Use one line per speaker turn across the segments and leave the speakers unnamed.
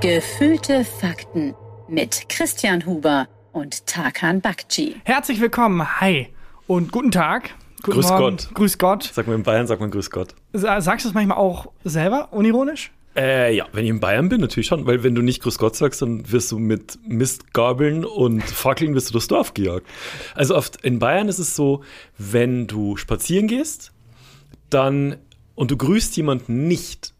Gefühlte Fakten mit Christian Huber und Tarkan Bakci.
Herzlich willkommen, hi und guten Tag. Guten
Grüß
Morgen.
Gott.
Grüß Gott.
Sag mal, in Bayern sagt man Grüß Gott.
Sa- Sagst du es manchmal auch selber, unironisch?
Äh, ja, wenn ich in Bayern bin, natürlich schon, weil wenn du nicht Grüß Gott sagst, dann wirst du mit Mistgabeln und Fackeln wirst du durchs Dorf gejagt. Also oft in Bayern ist es so, wenn du spazieren gehst, dann und du grüßt jemanden nicht,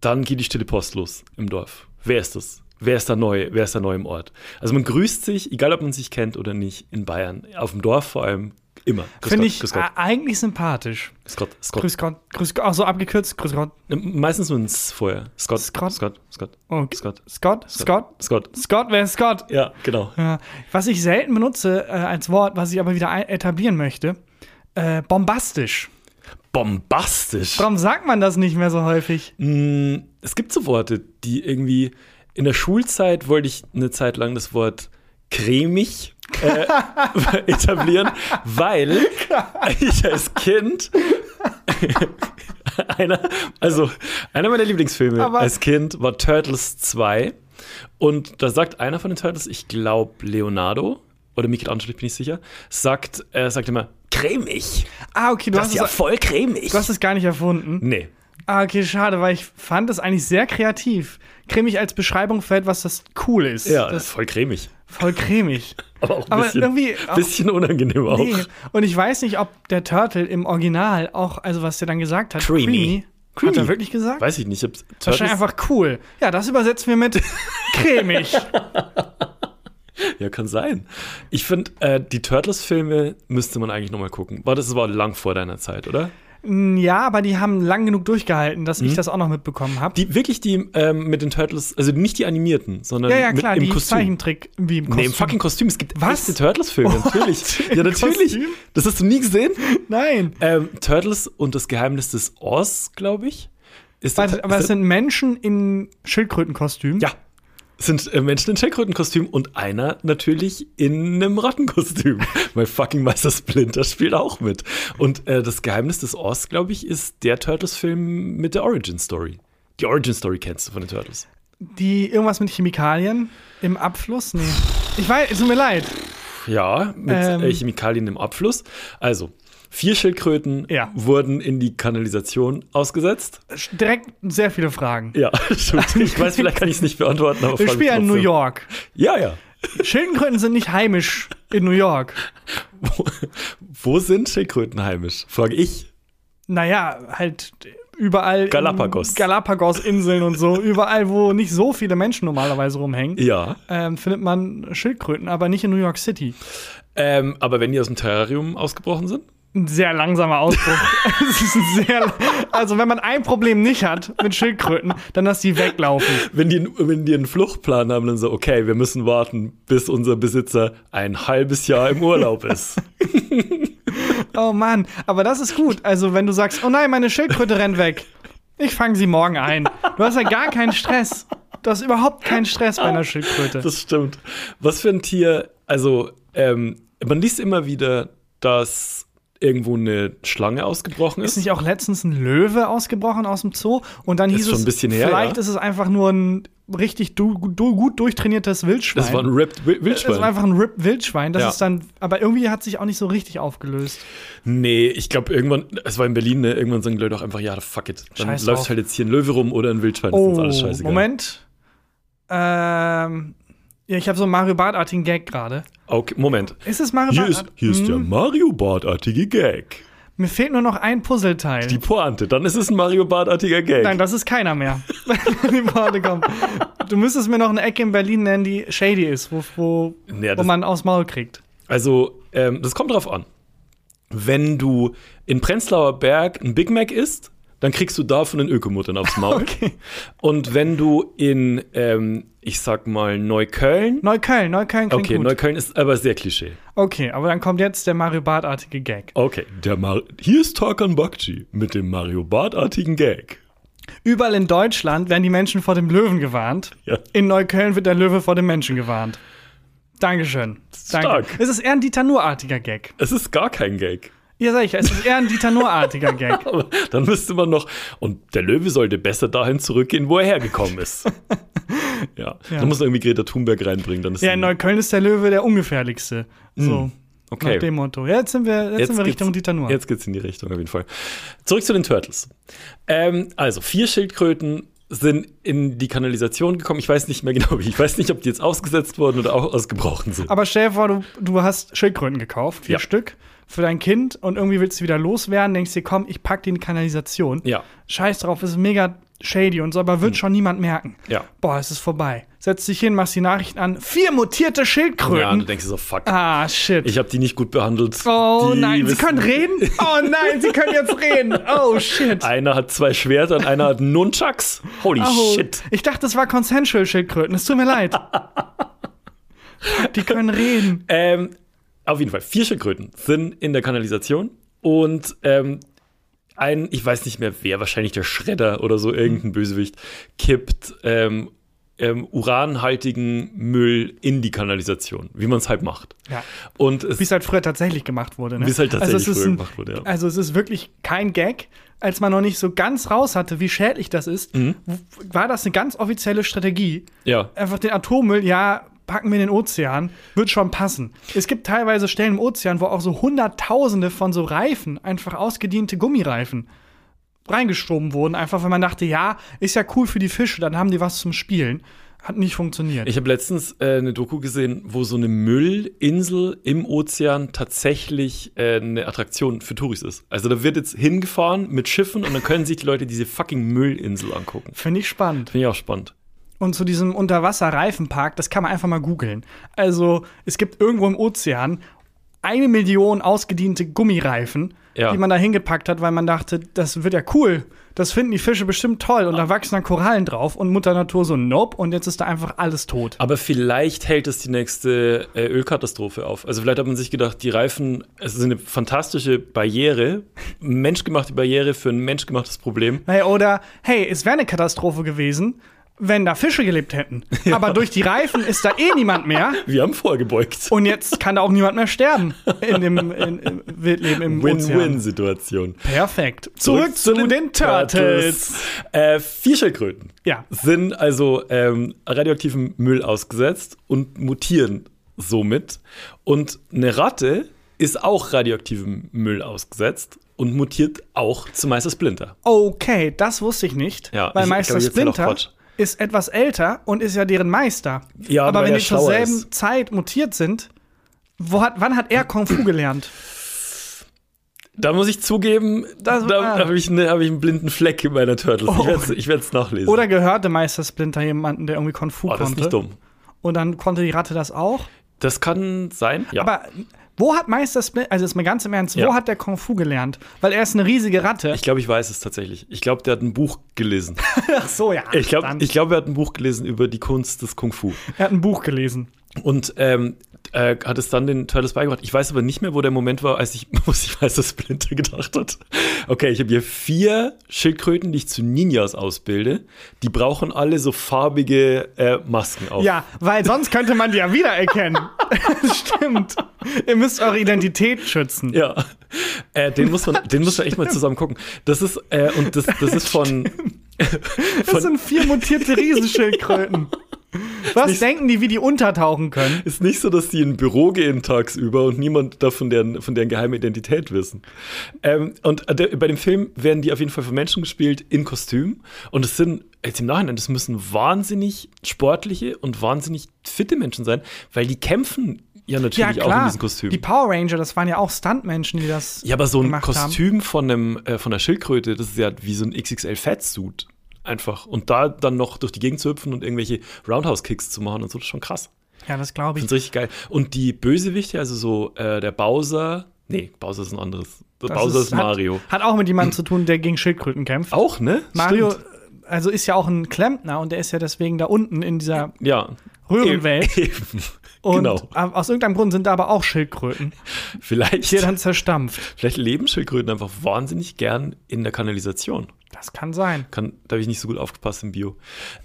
dann geht die stille Post los im Dorf. Wer ist das? Wer ist da neu? Wer ist da neu im Ort? Also man grüßt sich, egal ob man sich kennt oder nicht, in Bayern. Auf dem Dorf vor allem immer. Grüß
Finde
Gott,
ich
Grüß
äh,
Gott,
eigentlich sympathisch.
Grüß Gott, Scott.
Grüß Gott. Grüß Gott. Ach so, abgekürzt. Grüß Gott.
Ne, Meistens mit uns vorher. Scott,
Scott?
Scott, Scott, Scott.
Oh,
Scott.
Scott. Scott.
Scott.
Scott, wer ist Scott?
Ja, genau.
Ja, was ich selten benutze äh, als Wort, was ich aber wieder ein- etablieren möchte, äh, bombastisch.
Bombastisch.
Warum sagt man das nicht mehr so häufig?
Mm, es gibt so Worte, die irgendwie in der Schulzeit wollte ich eine Zeit lang das Wort cremig äh, etablieren, weil ich als Kind einer, also einer meiner Lieblingsfilme
Aber-
als Kind war Turtles 2 und da sagt einer von den Turtles, ich glaube Leonardo oder Michelangelo, ich bin nicht sicher, sagt, äh, sagt immer cremig.
Ah, okay, du
Das
hast,
ist ja
es,
voll cremig.
du hast es gar nicht erfunden.
Nee.
Ah, okay, schade, weil ich fand es eigentlich sehr kreativ. Cremig als Beschreibung für etwas, das cool ist.
Ja,
Das ist
voll cremig.
voll cremig.
Aber auch ein
Aber
bisschen,
irgendwie auch-
bisschen unangenehm auch.
Nee. Und ich weiß nicht, ob der Turtle im Original auch, also was der dann gesagt hat,
Creamy.
Creamy. Hat er
Creamy.
wirklich gesagt?
Weiß ich nicht. Ich hab's-
Wahrscheinlich
Turtles-
einfach cool. Ja, das übersetzen wir mit cremig.
Ja, kann sein. Ich finde, äh, die Turtles-Filme müsste man eigentlich nochmal gucken. War das war lang vor deiner Zeit, oder?
Mm, Ja, aber die haben lang genug durchgehalten, dass ich das auch noch mitbekommen habe.
Mhm. Die wirklich die ähm, mit den Turtles, also nicht die animierten, sondern
Ja, ja, klar,
mit, im
die
Kostüm.
Zeichentrick wie im Kostüm.
Nee, im fucking Kostüm. Es gibt
Was?
echte Turtles-Filme,
Oh,
natürlich.
im
Ja, natürlich.
Kostüm?
Das hast du nie gesehen?
Nein.
Ähm, Turtles und das Geheimnis des Oz, glaube ich. Ist der-
Warte, aber
ist
es
der-
sind Menschen in Schildkrötenkostüm.
Ja. Sind äh, Menschen in Schildkrötenkostüm und einer natürlich in einem Rattenkostüm. mein fucking Meister Splinter spielt auch mit. Und äh, das Geheimnis des Oz, glaube ich, ist der Turtles-Film mit der Origin Story. Die Origin Story kennst du von den Turtles.
Die irgendwas mit Chemikalien im Abfluss? Nee. Ich weiß, es tut mir leid.
Ja, mit
Ähm.
äh, Chemikalien im Abfluss. Also, vier Schildkröten
Ja.
wurden in die Kanalisation ausgesetzt.
Sch- Direkt sehr viele Fragen.
Ja, stimmt. Ich weiß, vielleicht kann ich es nicht beantworten, aber
Wir
frag mich
spielen in New
trotzdem.
York.
Ja, ja.
Schildkröten sind nicht heimisch in New York.
Wo, wo sind Schildkröten heimisch? Frage ich.
Naja, halt überall. in
Galapagos.
Galapagos-Inseln und so. Überall, wo nicht so viele Menschen normalerweise rumhängen,
Ja.
ähm, findet man Schildkröten, aber nicht in New York City.
Ähm, aber wenn die aus dem Terrarium ausgebrochen sind?
Ein sehr langsamer Ausbruch. es ist ein sehr, also wenn man ein Problem nicht hat mit Schildkröten, dann dass die weglaufen.
Wenn die, wenn die einen Fluchtplan haben, dann so, okay, wir müssen warten, bis unser Besitzer ein halbes Jahr im Urlaub ist.
Oh Mann, aber das ist gut. Also wenn du sagst, oh nein, meine Schildkröte rennt weg. Ich fange sie morgen ein. Du hast ja gar keinen Stress. Du hast überhaupt keinen Stress bei einer Schildkröte.
Das stimmt. Was für ein Tier, also, ähm, man liest immer wieder, dass irgendwo eine Schlange ausgebrochen
ist
ist.
nicht auch letztens ein Löwe ausgebrochen aus dem Zoo und dann hieß
schon
es,
ein bisschen her,
vielleicht
ja.
ist es einfach nur ein richtig du, du, gut durchtrainiertes Wildschwein.
Das war ein Ripped Wi- Wildschwein.
Das Äh, war einfach ein Rip Wildschwein. Das
Ja.
ist dann, aber irgendwie hat sich auch nicht so richtig aufgelöst.
Nee, ich glaube, irgendwann, es war in Berlin, ne? irgendwann sagen die Leute auch einfach, ja, fuck it. Dann
Scheiß drauf. Oh,
läuft halt jetzt hier ein Löwe rum oder ein Wildschwein. ist uns alles scheißegal.
Moment. Ähm, ja, ich habe so einen Mario Bart-artigen Gag gerade.
Okay, Moment.
Ist es Mario
Hier
Bart?
ist, hier ist der
Mhm.
Mario Bart-artige Gag.
Mir fehlt nur noch ein Puzzleteil.
Die Pointe, dann ist es ein Mario Bart-artiger Gag.
Nein, das ist keiner mehr. Wenn die Worte kommen. Du müsstest mir noch eine Ecke in Berlin nennen, die shady ist, wo, wo,
Ja,
wo
das-
man aus Maul kriegt.
Also, ähm, das kommt drauf an. Wenn du in Prenzlauer Berg ein Big Mac isst, dann kriegst du davon einen Ökomuttern aufs Maul. Und wenn du in, ähm, ich sag mal, Neukölln.
Neukölln, Neukölln klingt
Okay,
gut.
Neukölln ist aber sehr Klischee.
okay, aber dann kommt jetzt der Mario Bart-artige Gag.
Okay, der Mar hier ist Tarkan Bakci mit dem Mario Bart-artigen Gag.
Überall in Deutschland werden die Menschen vor dem Löwen gewarnt.
Ja.
In Neukölln wird der Löwe vor dem Menschen gewarnt. Dankeschön.
stark.
Es ist eher ein Dieter Nuhr-artiger Gag.
Es ist gar kein Gag.
Ja, sag ich, ja, es ist eher ein Dieter Nuhr-artiger Gag.
Aber dann müsste man noch. Und der Löwe sollte besser dahin zurückgehen, wo er hergekommen ist. Ja.
Ja.
Da muss irgendwie Greta Thunberg reinbringen. Dann ist
Ja, in
ein-
Neukölln ist der Löwe der ungefährlichste. So,
Hm. Okay.
nach dem Motto. Ja, jetzt sind wir, jetzt sind wir
geht's-
Richtung Dieter Nuhr.
Jetzt geht's in die Richtung auf jeden Fall. Zurück zu den Turtles. Ähm, also, vier Schildkröten sind in die Kanalisation gekommen. Ich weiß nicht mehr genau wie. Ich weiß nicht, ob die jetzt ausgesetzt wurden oder auch ausgebrochen sind.
Aber stell dir vor, du, du hast Schildkröten gekauft, vier
Ja.
Stück, für dein Kind und irgendwie willst du wieder loswerden, denkst dir, komm, ich pack die in die Kanalisation.
Ja. Hm.
Scheiß drauf, ist mega shady und so, aber wird schon niemand merken.
Ja.
Boah, es ist vorbei. Setz dich hin, machst die Nachrichten an. Vier mutierte
ja, und du
Schildkröten.
denkst dir so, fuck,
ah, shit.
ich habe die nicht gut behandelt.
oh
Die
nein, sie
wissen-
können reden? Oh nein, sie können jetzt reden. Oh shit.
Einer hat zwei Schwerter und einer hat Nunchucks. Holy
Oh,
shit.
Ich dachte, das war consensual Schildkröten. Es tut mir leid. Die können reden.
Ähm, auf jeden Fall, vier Schildkröten sind in der Kanalisation und ähm, ein, ich weiß nicht mehr wer, wahrscheinlich der Schredder oder so, irgendein Bösewicht, kippt ähm, ähm, uranhaltigen Müll in die Kanalisation, wie man es halt macht.
Ja.
Und
Wie
es,
es halt früher tatsächlich gemacht wurde. Ne?
Wie es halt tatsächlich
es ist
früher
ein-
gemacht wurde, ja.
Also es ist wirklich kein Gag. Als man noch nicht so ganz raus hatte, wie schädlich das ist,
Mhm.
w- war das eine ganz offizielle Strategie.
ja,
Einfach den Atommüll, ja, packen wir in den Ozean, wird schon passen. Es gibt teilweise Stellen im Ozean, wo auch so Hunderttausende von so Reifen, einfach ausgediente Gummireifen, reingeschoben wurden. Einfach, weil man dachte, ja, ist ja cool für die Fische, dann haben die was zum Spielen. Hat nicht funktioniert.
ich habe letztens äh, eine Doku gesehen, wo so eine Müllinsel im Ozean tatsächlich äh, eine Attraktion für Touris ist. Also da wird jetzt hingefahren mit Schiffen und dann können sich die Leute diese fucking Müllinsel angucken.
Finde ich spannend.
Finde ich auch spannend.
Und zu diesem Unterwasser-Reifenpark, das kann man einfach mal googeln. Also, es gibt irgendwo im Ozean eine Million ausgediente Gummireifen,
Ja.
die man da hingepackt hat, weil man dachte, das wird ja cool. Das finden die Fische bestimmt toll. Und da wachsen dann Korallen drauf und Mutter Natur so, nope. Und jetzt ist da einfach alles tot.
Aber vielleicht hält es die nächste äh, Ölkatastrophe auf. Also vielleicht hat man sich gedacht, die Reifen, es ist eine fantastische Barriere, menschgemachte Barriere für ein menschgemachtes Problem.
Naja, oder, hey, es wäre eine Katastrophe gewesen, wenn da Fische gelebt hätten. Aber durch die Reifen ist da eh niemand mehr.
Wir haben vorgebeugt.
Und jetzt kann da auch niemand mehr sterben in dem in, im Wildleben im Ozean.
Win-Win-Situation.
Perfekt. Zurück, zu, den, Turtles.
Äh, vier Schildkröten
Ja.
sind also ähm, radioaktivem Müll ausgesetzt und mutieren somit. Und eine Ratte ist auch radioaktivem Müll ausgesetzt und mutiert auch zu Meister Splinter.
Okay, das wusste ich nicht.
Ja,
weil
ich- ich
Meister
glaub, jetzt wird auch
Splinter
Quatsch.
ist etwas älter und ist ja deren Meister.
Ja,
aber
weil
wenn
er
die zur
schlauer
selben
ist.
Zeit mutiert sind, wo hat, wann hat er Kung Fu gelernt?
Da muss ich zugeben,
Das-
da
ah.
habe ich, ne, hab ich einen blinden Fleck in meiner Turtles.
Oh.
Ich werde es nachlesen.
Oder gehörte Meister Splinter jemanden, der irgendwie Kung Fu
oh, das ist
konnte?
nicht dumm.
Und dann konnte die Ratte das auch.
Das kann sein. Ja.
Aber wo hat Meister Splinter, also jetzt mal ganz im Ernst, wo
Ja.
hat der Kung Fu gelernt? Weil er ist eine riesige Ratte.
ich glaube, ich weiß es tatsächlich. Ich glaube, der hat ein Buch gelesen.
Ach so, ja.
Ich glaube,
dann.
ich glaub, er hat ein Buch gelesen über die Kunst des Kung Fu.
er hat ein Buch gelesen.
Und ähm, äh, hat es dann den Turtles beigebracht. Ich weiß aber nicht mehr, wo der Moment war, als ich, wo ich weiß, dass Splinter gedacht hat. Okay, ich habe hier vier Schildkröten, die ich zu Ninjas ausbilde. Die brauchen alle so farbige äh, Masken auf.
Ja, weil sonst könnte man die ja wiedererkennen. Stimmt. Ihr müsst eure Identität schützen.
Ja, äh, den muss man, den muss man echt mal zusammen gucken. Das ist äh, und das, das ist von,
das sind vier mutierte Riesenschildkröten. Was denken die, wie die untertauchen können?
ist nicht so, dass die in ein Büro gehen tagsüber und niemand da von deren, von deren geheime Identität wissen. Ähm, und äh, der, bei dem Film werden die auf jeden Fall von Menschen gespielt in Kostüm und es sind jetzt im Nachhinein, das müssen wahnsinnig sportliche und wahnsinnig fitte Menschen sein, weil die kämpfen ja natürlich auch in diesen Kostümen.
Die Power Ranger, das waren ja auch Stuntmenschen, die das.
Ja, aber so ein
gemacht
Kostüm von einem äh, von einer Schildkröte, das ist ja wie so ein XXL Fatsuit einfach und da dann noch durch die Gegend zu hüpfen und irgendwelche Roundhouse Kicks zu machen und so, das ist schon krass.
Haben. Ja, das glaube
Ich
ich.
find's richtig geil. Und die Bösewichte, also so äh, der Bowser, nee, Bowser ist ein anderes. Der
Das
Bowser ist, Mario.
Hat, hat auch mit jemandem zu tun, der gegen Schildkröten kämpft.
Auch, ne?
Mario,
Stimmt.
also ist ja auch ein Klempner und der ist ja deswegen da unten in dieser
Ja.
Röhrenwelt.
Eben.
Und
genau.
a- aus irgendeinem Grund sind da aber auch Schildkröten,
Vielleicht,
die er dann zerstampft.
vielleicht leben Schildkröten einfach wahnsinnig gern in der Kanalisation.
Das kann sein.
Kann, da habe ich nicht so gut aufgepasst im Bio.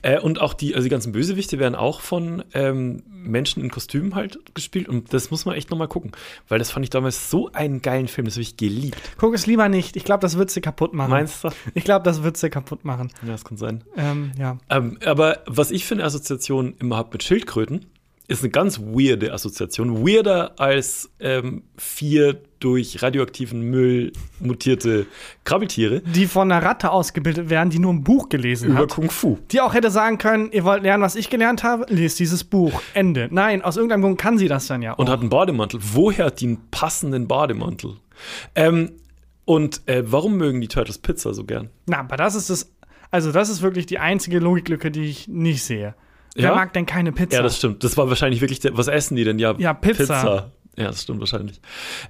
Äh, und auch die, also die ganzen Bösewichte werden auch von ähm, Menschen in Kostümen halt gespielt. Und das muss man echt nochmal gucken. Weil das fand ich damals so einen geilen Film, das habe ich geliebt.
Guck es lieber nicht. Ich glaube, das wird sie kaputt machen.
Meinst du?
Ich glaube, das wird sie kaputt machen.
Ja, das kann sein.
Ähm, ja.
Ähm, aber was ich für eine Assoziation immer habe mit Schildkröten, ist eine ganz weirde Assoziation. Weirder als ähm, vier durch radioaktiven Müll mutierte Krabbeltiere
Die von einer Ratte ausgebildet werden, die nur ein Buch gelesen
über
hat.
Kung Fu.
Die auch hätte sagen können, ihr wollt lernen, was ich gelernt habe, lest dieses Buch. Ende. Nein, aus irgendeinem Grund kann sie das dann ja.
Und
auch.
hat einen Bademantel. Woher hat die einen passenden Bademantel? Ähm, und äh, warum mögen die Turtles Pizza so gern?
Na, aber das ist das. Also, das ist wirklich die einzige Logiklücke, die ich nicht sehe. Wer
Ja?
mag denn keine Pizza?
Ja, das stimmt. Das war wahrscheinlich wirklich der, was essen die denn? Ja,
Ja, Pizza.
Ja, das stimmt wahrscheinlich.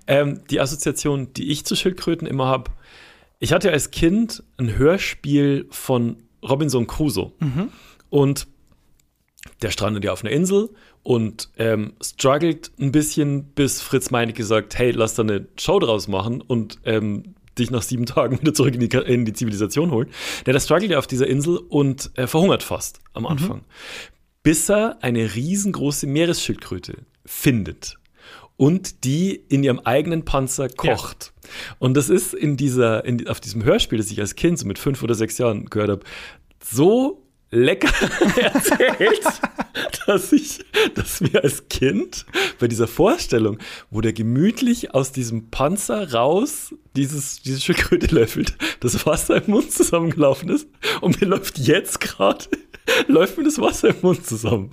Ähm, die Assoziation, die ich zu Schildkröten immer habe, ich hatte als Kind ein Hörspiel von Robinson Crusoe.
Mhm.
Und der strandet ja auf einer Insel und ähm, struggelt ein bisschen, bis Fritz Meinecke sagt, hey, lass da eine Show draus machen und ähm, dich nach sieben Tagen wieder zurück in die, in die Zivilisation holen. Der, der struggelt ja auf dieser Insel und äh, verhungert fast
Mhm.
am Anfang bis er eine riesengroße Meeresschildkröte findet und die in ihrem eigenen Panzer kocht. Und das ist in dieser, in, auf diesem Hörspiel, das ich als Kind so mit fünf oder sechs Jahren gehört habe, so lecker erzählt, dass ich, dass mir als Kind bei dieser Vorstellung, wo der gemütlich aus diesem Panzer raus dieses, diese Schildkröte löffelt, das Wasser im Mund zusammengelaufen ist und mir läuft jetzt gerade, läuft mir das Wasser im Mund zusammen.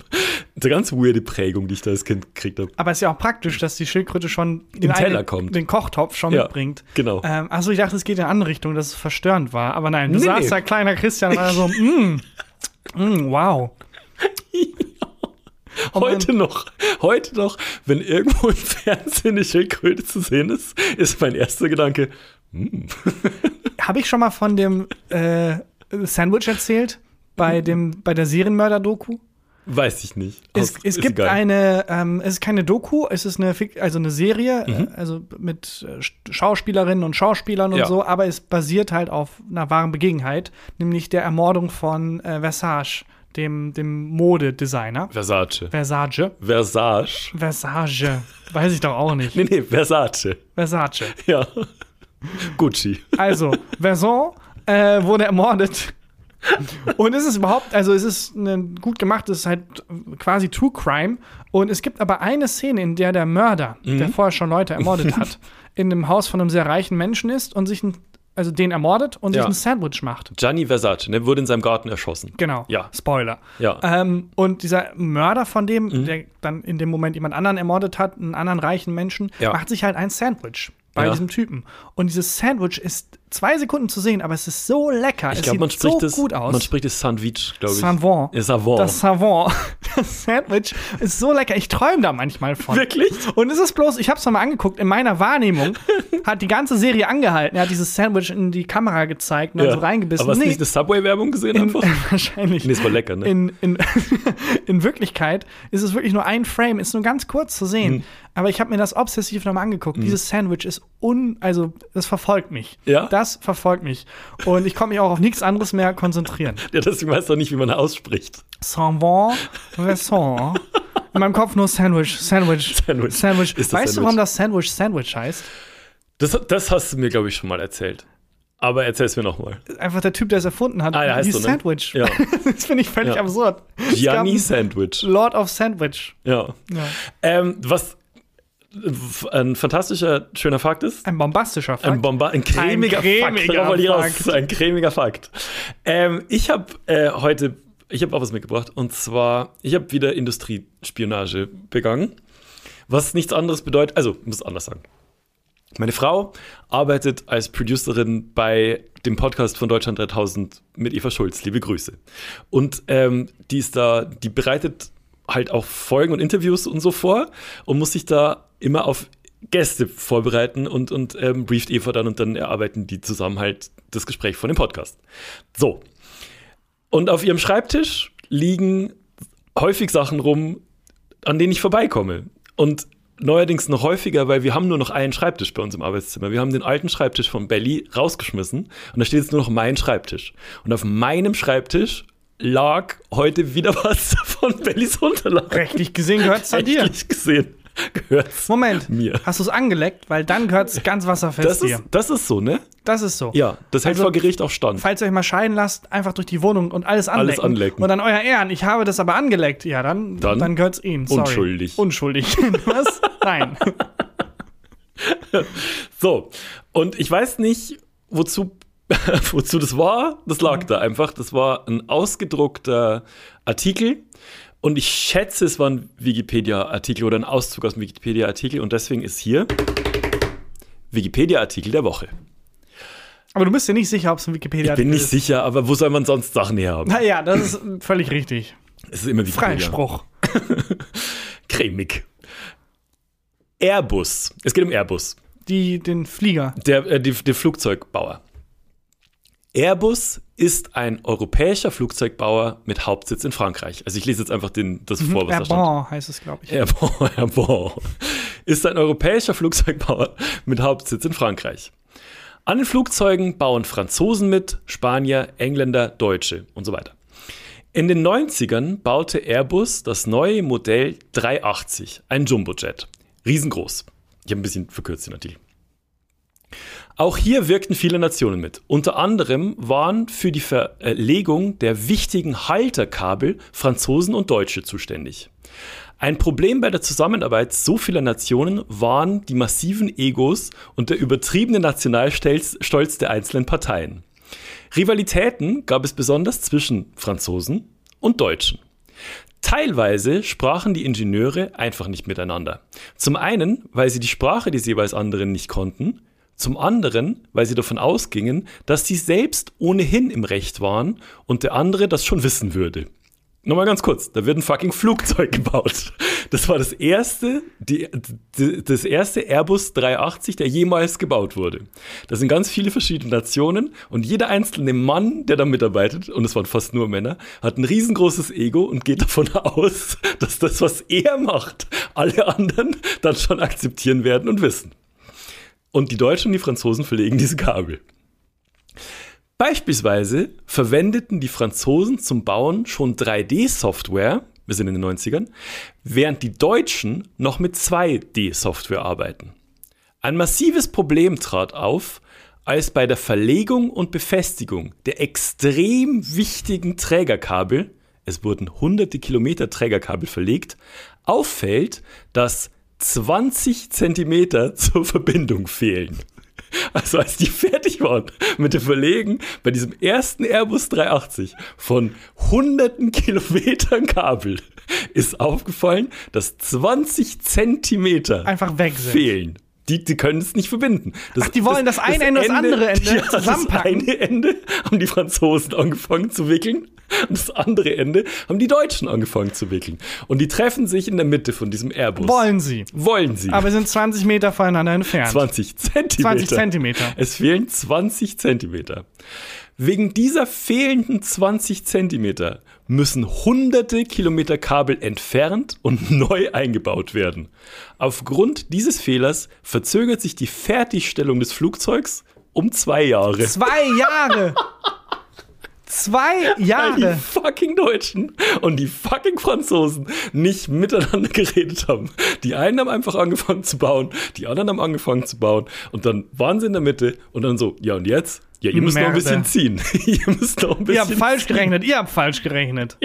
Eine ganz weirde Prägung, die ich da als Kind gekriegt habe.
aber es ist ja auch praktisch, dass die Schildkröte schon den,
Teller kommt.
den Kochtopf schon
Ja,
mitbringt.
genau.
Ähm, achso, ich dachte, es geht in eine andere Richtung, dass es verstörend war. Aber nein, du
Nee,
saßt
nee.
da kleiner Christian und war so, mm, mm, wow. Oh
Heute noch, heute noch, wenn irgendwo im Fernsehen eine Schildkröte zu sehen ist, ist mein erster Gedanke,
Habe ich schon mal von dem äh, Sandwich erzählt?
Mhm.
Bei, dem, bei der Serienmörder-Doku?
weiß ich nicht.
Es,
Aus-
es
ist
gibt
egal.
eine, ähm, es ist keine Doku, es ist eine, Fik also eine Serie, äh, also mit äh, Sch- Schauspielerinnen und Schauspielern und
Mhm. Ja.
so, aber es basiert halt auf einer wahren Begebenheit, nämlich der Ermordung von äh, Versace, dem, dem Modedesigner.
Versace.
Versace.
Versage.
Versace. Weiß ich doch auch nicht.
Nee, nee, Versace.
Versace.
Ja. Gucci.
Also, Verson äh, wurde ermordet. Und es ist überhaupt, also es ist ein gut gemacht, es ist halt quasi True Crime. Und es gibt aber eine Szene, in der der Mörder, der vorher schon Leute ermordet hat, in einem Haus von einem sehr reichen Menschen ist und sich, ein, also den ermordet und
Ja.
sich ein Sandwich macht.
Gianni Versace, ne, wurde in seinem Garten erschossen.
Genau.
Ja.
Spoiler.
Ja. Mhm.
Ähm, und dieser Mörder von dem, der dann in dem Moment jemand anderen ermordet hat, einen anderen reichen Menschen,
Ja.
macht sich halt ein Sandwich bei
Ja.
diesem Typen. Und dieses Sandwich ist zwei Sekunden zu sehen, aber es ist so lecker.
Ich
es
glaube,
sieht
man spricht
so
das,
gut aus.
man spricht das Sandwich, glaube ich.
Savant.
Ja, Savant.
Das Savant. Das Sandwich ist so lecker. Ich träume da manchmal von.
Wirklich?
Und es ist bloß, ich habe es nochmal angeguckt, in meiner Wahrnehmung hat die ganze Serie angehalten. Er hat dieses Sandwich in die Kamera gezeigt und
ja.
dann so reingebissen.
Aber hast du
Nee,
nicht eine Subway-Werbung gesehen
in,
einfach?
Äh, wahrscheinlich.
Nee, es war lecker, ne?
In, in, in Wirklichkeit ist es wirklich nur ein Frame, ist nur ganz kurz zu sehen.
Hm.
Aber ich habe mir das obsessiv nochmal angeguckt. Dieses Sandwich ist un. Also, das verfolgt mich.
Ja?
Das verfolgt mich. Und ich konnte mich auch auf nichts anderes mehr konzentrieren.
ja, deswegen weiß doch nicht, wie man ausspricht.
Savant, Ressort. In meinem Kopf nur Sandwich, Sandwich,
Sandwich.
Sandwich.
Ist das
weißt du,
Sandwich?
warum das Sandwich Sandwich heißt?
Das, das hast du mir, glaube ich, schon mal erzählt. Aber erzähl's mir nochmal.
Einfach der Typ, der es erfunden hat.
Ah, der heißt
dieses
so, ne?
Sandwich.
Ja.
das finde ich völlig
Ja.
absurd. Es gab
Gianni
einen
Sandwich.
Lord of Sandwich.
Ja.
Ja.
Ähm, was äh, f- ein fantastischer, schöner Fakt ist.
Ein bombastischer Fakt.
Ein Bomba, ein cremiger,
Ein cremiger
Fakt. darauf wollte ich
Fakt.
Raus. Ein cremiger Fakt. Ähm, ich habe äh, heute, ich habe auch was mitgebracht. Und zwar, ich habe wieder Industriespionage begangen. Was nichts anderes bedeutet, also muss es anders sagen. Meine Frau arbeitet als Producerin bei dem Podcast von Deutschland 3000 mit Eva Schulz. Liebe Grüße. Und ähm, die ist da, die bereitet halt auch Folgen und Interviews und so vor und muss sich da immer auf Gäste vorbereiten und, und ähm, brieft Eva dann und dann erarbeiten die zusammen halt das Gespräch von dem Podcast. So. Und auf ihrem Schreibtisch liegen häufig Sachen rum, an denen ich vorbeikomme. Und neuerdings noch häufiger, weil wir haben nur noch einen Schreibtisch bei uns im Arbeitszimmer. Wir haben den alten Schreibtisch von Belly rausgeschmissen und da steht jetzt nur noch mein Schreibtisch. Und auf meinem Schreibtisch lag heute wieder was von Bellys Unterlagen.
Rechtlich gesehen gehört es an dir.
Rechtlich gesehen gehört's
Moment,
mir.
hast du es angeleckt? Weil dann gehört es ganz wasserfest
Das ist,
dir.
das ist so, ne?
Das ist so.
Ja, das hält
Also-
vor Gericht auch stand.
Falls ihr euch mal scheiden lasst, einfach durch die Wohnung und alles anlecken.
Alles anlecken.
Und dann euer Ehren, ich habe das aber angeleckt. Ja, dann,
Dann
dann, gehört es ihnen. Sorry.
unschuldig.
Unschuldig. Was? Nein.
So, und ich weiß nicht, wozu, wozu das war. Das lag da einfach. Das war ein ausgedruckter Artikel. Und ich schätze, es war ein Wikipedia-Artikel oder ein Auszug aus dem Wikipedia-Artikel. Und deswegen ist hier Wikipedia-Artikel der Woche.
Aber du bist dir nicht sicher, ob es ein
Ich
Wikipedia
bin nicht
ist.
sicher, aber wo soll man sonst Sachen herhaben?
Naja, das ist völlig richtig.
Es ist immer Wikipedia.
Freispruch.
Cremig. Airbus. Es geht um Airbus.
Die, den Flieger.
Der, äh, die, der Flugzeugbauer. Airbus ist ein europäischer Flugzeugbauer mit Hauptsitz in Frankreich. Also ich lese jetzt einfach den, das
Mhm.
vor, was da stand.
Airborne heißt es, glaube ich.
Airbon, Airbon ist ein europäischer Flugzeugbauer mit Hauptsitz in Frankreich. An den Flugzeugen bauen Franzosen mit, Spanier, Engländer, Deutsche und so weiter. In den 90ern baute Airbus das neue Modell 380, ein Jumbojet. Riesengroß. Ich habe ein bisschen verkürzt den Artikel. Auch hier wirkten viele Nationen mit. Unter anderem waren für die Verlegung der wichtigen Halterkabel Franzosen und Deutsche zuständig. Ein Problem bei der Zusammenarbeit so vieler Nationen waren die massiven Egos und der übertriebene Nationalstolz Stolz der einzelnen Parteien. Rivalitäten gab es besonders zwischen Franzosen und Deutschen. Teilweise sprachen die Ingenieure einfach nicht miteinander. Zum einen, weil sie die Sprache des jeweils anderen nicht konnten, zum anderen, weil sie davon ausgingen, dass sie selbst ohnehin im Recht waren und der andere das schon wissen würde. Nochmal ganz kurz, da wird ein fucking Flugzeug gebaut. Das war das erste, die, d- das erste Airbus 380, der jemals gebaut wurde. Das sind ganz viele verschiedene Nationen und jeder einzelne Mann, der da mitarbeitet, und es waren fast nur Männer, hat ein riesengroßes Ego und geht davon aus, dass das, was er macht, alle anderen dann schon akzeptieren werden und wissen. Und die Deutschen und die Franzosen verlegen diese Kabel. Beispielsweise verwendeten die Franzosen zum Bauen schon 3D-Software, wir sind in den 90ern, während die Deutschen noch mit 2D-Software arbeiten. Ein massives Problem trat auf, als bei der Verlegung und Befestigung der extrem wichtigen Trägerkabel, es wurden hunderte Kilometer Trägerkabel verlegt, auffällt, dass 20 Zentimeter zur Verbindung fehlen. Also als die fertig waren mit dem Verlegen bei diesem ersten Airbus 380 von hunderten Kilometern Kabel, ist aufgefallen, dass 20 Zentimeter
Einfach weg sind.
fehlen. Die, die können es nicht verbinden. Das,
Ach, die wollen das eine Ende und das andere Ende
ja,
zusammenpacken.
Das eine Ende haben die Franzosen angefangen zu wickeln und das andere Ende haben die Deutschen angefangen zu wickeln. Und die treffen sich in der Mitte von diesem Airbus.
Wollen sie.
Wollen sie.
Aber sind 20 Meter voneinander entfernt.
20 Zentimeter.
20 Zentimeter.
Es fehlen 20 Zentimeter. Wegen dieser fehlenden 20 Zentimeter müssen hunderte Kilometer Kabel entfernt und neu eingebaut werden. Aufgrund dieses Fehlers verzögert sich die Fertigstellung des Flugzeugs um zwei Jahre.
Zwei Jahre. Zwei
Weil die
Jahre.
fucking Deutschen und die fucking Franzosen nicht miteinander geredet haben. Die einen haben einfach angefangen zu bauen, die anderen haben angefangen zu bauen und dann waren sie in der Mitte und dann so, ja und jetzt? Ja, ihr müsst noch ein
Merde.
bisschen ziehen. ihr müsst noch ein
Ihr habt
bisschen
falsch gerechnet. Ihr habt falsch gerechnet.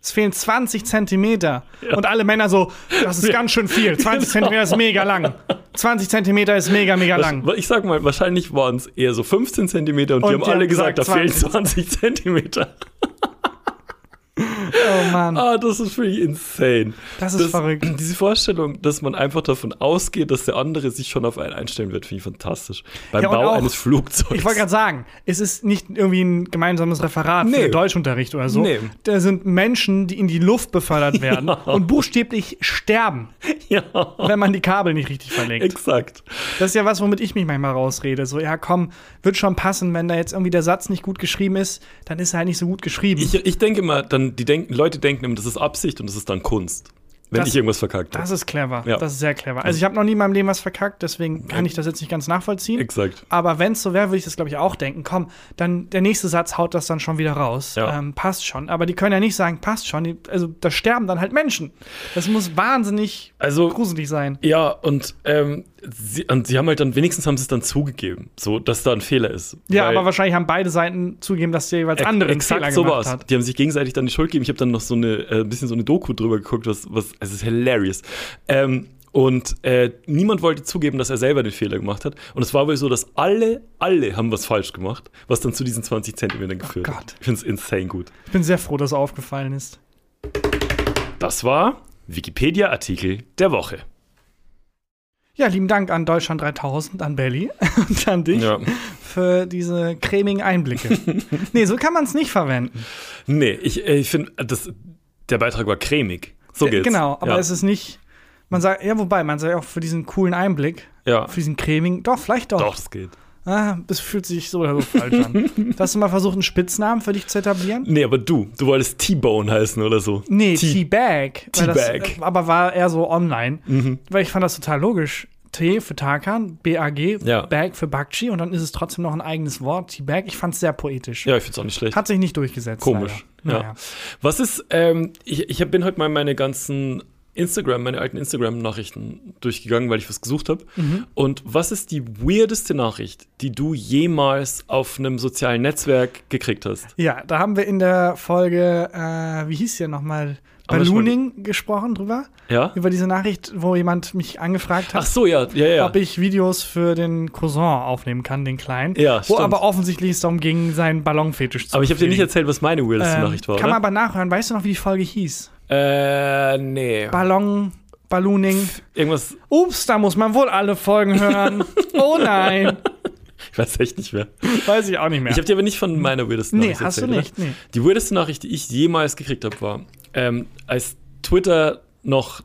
Es fehlen 20 Zentimeter. Und alle Männer so, das ist ganz schön viel. 20
Genau.
Zentimeter ist mega lang. 20 Zentimeter ist mega, mega lang.
Ich sag mal, wahrscheinlich waren es eher so 15 Zentimeter und,
Und
die haben
die
alle
haben
gesagt, da
gesagt,
fehlen 20 Zentimeter.
Oh Mann.
Ah, das ist wirklich insane.
Das ist verrückt.
Diese Vorstellung, dass man einfach davon ausgeht, dass der andere sich schon auf einen einstellen wird, finde ich fantastisch. Beim
Ja, und
Bau
auch-
eines Flugzeugs.
Ich wollte gerade sagen, es ist nicht irgendwie ein gemeinsames Referat
Nee.
für Deutschunterricht oder so.
Nee.
Da sind Menschen, die in die Luft befördert werden und buchstäblich sterben,
Ja,
wenn man die Kabel nicht richtig verlegt.
exakt.
Das ist ja was, womit ich mich manchmal rausrede. So, ja, komm, wird schon passen, wenn da jetzt irgendwie der Satz nicht gut geschrieben ist,
äh,
dann ist er halt nicht so gut geschrieben.
Ich, ich denke immer, dann, die denken, Leute denken immer, das ist Absicht und das ist dann Kunst. wenn
Das-
ich irgendwas verkackt
Das
habe.
ist clever.
Ja.
Das ist sehr clever. Also ich habe noch nie in meinem Leben was verkackt, deswegen kann ich das jetzt nicht ganz nachvollziehen.
Exakt.
Aber wenn es so wäre, würde ich das, glaube ich, auch denken. Komm, dann der nächste Satz haut das dann schon wieder raus.
Ja.
Ähm, passt schon. Aber die können ja nicht sagen, passt schon. Die, also da sterben dann halt Menschen. Das muss wahnsinnig
Also-
gruselig sein.
Ja, und, ähm, sie, und sie haben halt dann, wenigstens haben sie es dann zugegeben, so, dass da ein Fehler ist.
Ja,
Weil-
aber wahrscheinlich haben beide Seiten zugegeben, dass der jeweils andere einen
Exakt
Fehler
so
gemacht
war's.
hat.
Die haben sich gegenseitig dann die Schuld gegeben. Ich habe dann noch so eine äh, ein bisschen so eine Doku drüber geguckt, was was es ist hilarious. Ähm, und äh, niemand wollte zugeben, dass er selber den Fehler gemacht hat. Und es war wohl so, dass alle, alle haben was falsch gemacht, was dann zu diesen 20 Zentimetern geführt
Oh Gott.
hat. Ich finde es insane gut.
Ich bin sehr froh, dass er aufgefallen ist.
Das war Wikipedia-Artikel der Woche.
Ja, lieben Dank an Deutschland 3000, an Belly und an dich
Ja.
für diese cremigen Einblicke. nee, so kann man es nicht verwenden.
Nee, ich, äh, ich finde, das- der Beitrag war cremig. So geht's.
Genau, aber
ja.
es ist nicht. Man sagt, ja, wobei, man sagt auch für diesen coolen Einblick,
Ja.
für diesen cremigen, doch, vielleicht doch.
Doch, das geht.
Ah, das fühlt sich so oder so falsch an. Hast du mal versucht, einen Spitznamen für dich zu etablieren?
Nee, aber du, du wolltest T-Bone heißen oder so.
Nee,
T-
Teabag. weil das,
Teabag.
äh, Aber war eher so online,
Mhm.
weil ich fand das total logisch. T für Tarkan, B-A-G,
Ja.
Bag für Bakchi und dann ist es trotzdem noch ein eigenes Wort, Teabag. Ich fand es sehr poetisch.
Ja, ich finde es auch nicht schlecht.
Hat sich nicht durchgesetzt.
Komisch.
Leider.
Ja.
Naja.
Was ist, ähm, ich, ich hab- bin heute mal meine ganzen Instagram, meine alten Instagram-Nachrichten durchgegangen, weil ich was gesucht habe.
Mhm.
Und was ist die weirdeste Nachricht, die du jemals auf einem sozialen Netzwerk gekriegt hast?
Ja, da haben wir in der Folge, äh, wie hieß hier nochmal,
Aber das war-
Ballooning gesprochen drüber.
Ja?
Über diese Nachricht, wo jemand mich angefragt
Ach
hat,
so, ja, ja, ja.
ob ich Videos für den Cousin aufnehmen kann, den Kleinen.
Ja,
wo
stimmt.
aber offensichtlich es darum ging, seinen Ballonfetisch zu
aber ich habe dir nicht
befriedigen.
erzählt, was meine weirdeste
Hm. Ähm,
Nachricht war.
Kann man
Oder?
aber nachhören. Weißt du noch, wie die Folge hieß?
Äh, nee.
Ballon, Ballooning.
Irgendwas,
Ups, da muss man wohl alle Folgen hören. oh nein.
ich weiß echt nicht mehr.
Weiß ich auch nicht mehr.
Ich habe dir aber nicht von meiner
Hm.
weirdesten
Nee,
Nachricht
hast du
erzählt,
nicht,
Oder?
nee.
Die weirdeste Nachricht, die ich jemals gekriegt habe, war, ähm, als Twitter noch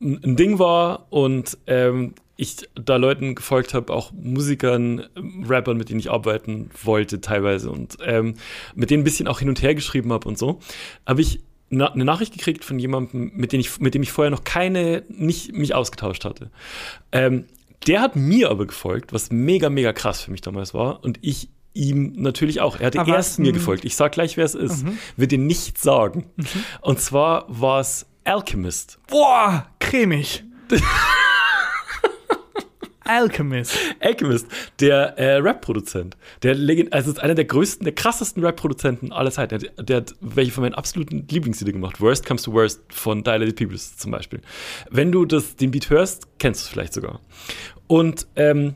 ein ein Ding war und ähm, ich da Leuten gefolgt habe, auch Musikern, ähm, Rappern, mit denen ich arbeiten wollte teilweise und ähm, mit denen ein bisschen auch hin und her geschrieben habe und so, habe ich na eine Nachricht gekriegt von jemandem, mit dem ich, mit dem ich vorher noch keine, nicht mich ausgetauscht hatte. Ähm, der hat mir aber gefolgt, was mega, mega krass für mich damals war. Und ich ihm natürlich auch. Er hatte
Aber was-
erst mir gefolgt. Ich sag gleich, wer es ist. Wird dir nicht sagen. Und zwar war es Alchemist.
Boah, cremig. Alchemist.
Alchemist, der äh, Rap-Produzent. Der Legend, also ist einer der größten, der krassesten Rap-Produzenten aller Zeiten. Der, der hat welche von meinen absoluten Lieblingslieder gemacht. Worst Comes to Worst von Dilated Peoples zum Beispiel. Wenn du das, den Beat hörst, kennst du es vielleicht sogar. Und ähm,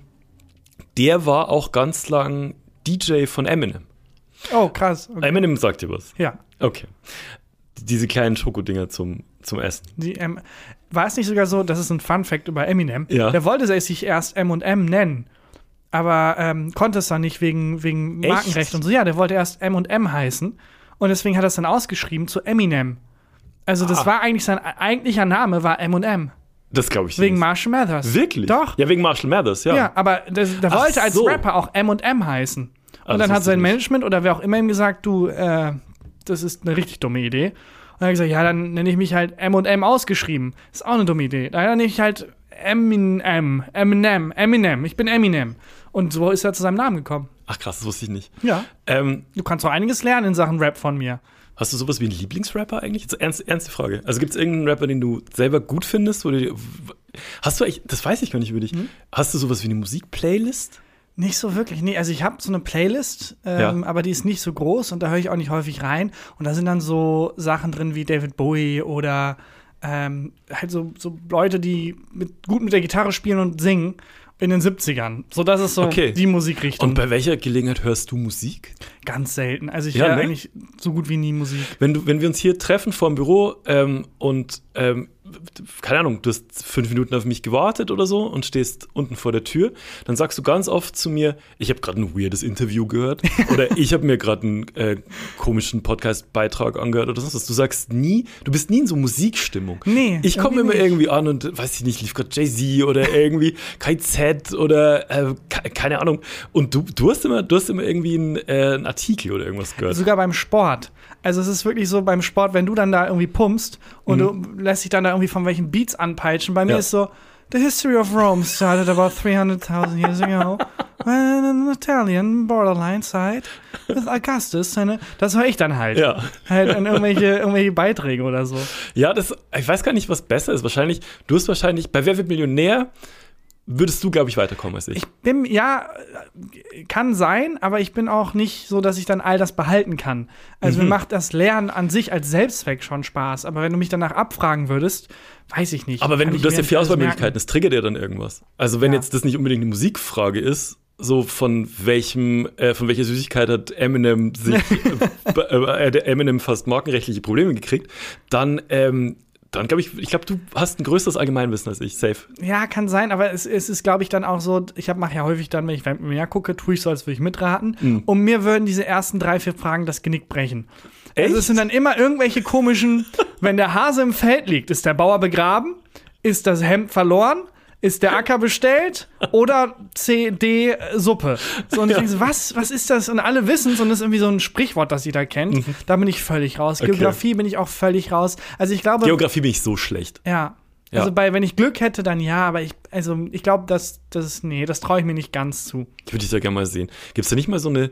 der war auch ganz lang DJ von Eminem.
Oh, krass. Okay.
Eminem sagt dir was.
Ja.
Okay. Diese kleinen Schokodinger zum, zum Essen.
Die, ähm, war es nicht sogar so, das ist ein Fun-Fact über Eminem,
Ja.
der wollte sich erst M und M nennen, aber ähm, konnte es dann nicht wegen, wegen
Echt?
Markenrecht und so. Ja, der wollte erst M und M heißen und deswegen hat er es dann ausgeschrieben zu Eminem. Also
Ah.
das war eigentlich sein eigentlicher Name war M und M
Das glaube ich
wegen
nicht.
Marshall Mathers.
Wirklich?
Doch. Ja,
Ja, wegen Marshall Mathers, ja.
aber das, der
Ach
wollte als
so.
Rapper auch M und M heißen.
Ah,
Und
das
dann hat
wusste ich
sein
nicht.
Management oder wer auch immer ihm gesagt, du, äh, das ist eine richtig dumme Idee. Und er hat gesagt, ja, dann nenne ich mich halt M und M ausgeschrieben. Ist auch eine dumme Idee. Dann nenne ich halt Eminem, Eminem, Eminem. Ich bin Eminem. Und so ist er zu seinem Namen gekommen.
Ach krass, das wusste ich nicht.
Ja.
Ähm,
Du kannst doch einiges lernen in Sachen Rap von mir.
hast du sowas wie einen Lieblingsrapper eigentlich? Jetzt ernst, ernste Frage. Also gibt es irgendeinen Rapper, den du selber gut findest? Oder, hast du eigentlich, das weiß ich gar nicht über dich. Hast du sowas wie eine Musikplaylist?
Nicht so wirklich. Nee, also ich habe so eine Playlist, ähm,
Ja.
aber die ist nicht so groß und da höre ich auch nicht häufig rein. Und da sind dann so Sachen drin wie David Bowie oder ähm, halt so, so Leute, die mit, gut mit der Gitarre spielen und singen in den 70ern. So, das ist so
Okay.
die Musikrichtung.
Und bei welcher Gelegenheit hörst du Musik?
Ganz selten. Also ich
Ja,
höre
ne?
eigentlich so gut wie nie Musik.
Wenn, du, wenn wir uns hier treffen vor dem Büro ähm, und, ähm, keine Ahnung, du hast fünf Minuten auf mich gewartet oder so und stehst unten vor der Tür, dann sagst du ganz oft zu mir, ich habe gerade ein weirdes Interview gehört oder ich habe mir gerade einen äh, komischen Podcast-Beitrag angehört oder sonst was. Du sagst nie, du bist nie in so Musikstimmung.
Nee,
Ich komme immer
irgendwie nicht.
irgendwie an und, weiß ich nicht, lief gerade Jay-Z oder irgendwie KZ oder äh, ke- keine Ahnung. Und du, du, hast, immer, du hast immer irgendwie einen, äh, einen Artikel oder irgendwas gehört.
Sogar beim Sport. Also es ist wirklich so beim Sport, wenn du dann da irgendwie pumpst und du lässt dich dann da irgendwie von welchen Beats anpeitschen. Bei mir
Mhm. Ja.
ist so, The history of Rome started about 300.000 years ago when an Italian borderline side with Augustus. Seine, das höre ich dann halt.
Ja.
Halt in irgendwelche, irgendwelche Beiträge oder so.
Ja, das, ich weiß gar nicht, was besser ist. Wahrscheinlich, du hast wahrscheinlich, bei Wer wird Millionär würdest du, glaube ich, weiterkommen als ich.
Bin, ja, äh, kann sein, aber ich bin auch nicht so, dass ich dann all das behalten kann. Also
Mhm.
mir macht das Lernen an sich als Selbstzweck schon Spaß, aber wenn du mich danach abfragen würdest, weiß ich nicht.
Aber wenn
Kann
du,
ich
du hast
mir
ja
nicht
vier
alles
Auswahlmöglichkeiten,
merken.
das triggert ja dann irgendwas. Also wenn
Ja.
jetzt das nicht unbedingt eine Musikfrage ist, so von welchem, äh, von welcher Süßigkeit hat Eminem sich, äh, be- äh, der Eminem fast markenrechtliche Probleme gekriegt, dann, ähm, dann glaube ich, ich glaube, du hast ein größeres Allgemeinwissen als ich, safe.
Ja, kann sein, aber es, es ist, glaube ich, dann auch so, ich mache ja häufig dann, wenn ich mehr gucke, tue ich so, als würde ich mitraten.
Mhm.
Und mir würden diese ersten drei, vier Fragen das Genick brechen. Also es
Echt?
sind dann immer irgendwelche komischen, wenn der Hase im Feld liegt, ist der Bauer begraben? Ist das Hemd verloren? Ist der Acker bestellt? Oder C, D, äh, Suppe? So, und ich denke so, was, was ist das? Und alle wissen es und das ist irgendwie so ein Sprichwort, das jeder kennt. Da bin ich völlig raus.
Mhm. Okay.
Geografie bin ich auch völlig raus. Also ich glaube,
Geografie bin ich so schlecht.
ja.
Ja.
Also bei, wenn ich Glück hätte, dann ja, aber ich, also ich glaube, dass das, nee, das traue ich mir nicht ganz zu.
Ich würde dich da gerne mal sehen. Gibt es da nicht mal so eine,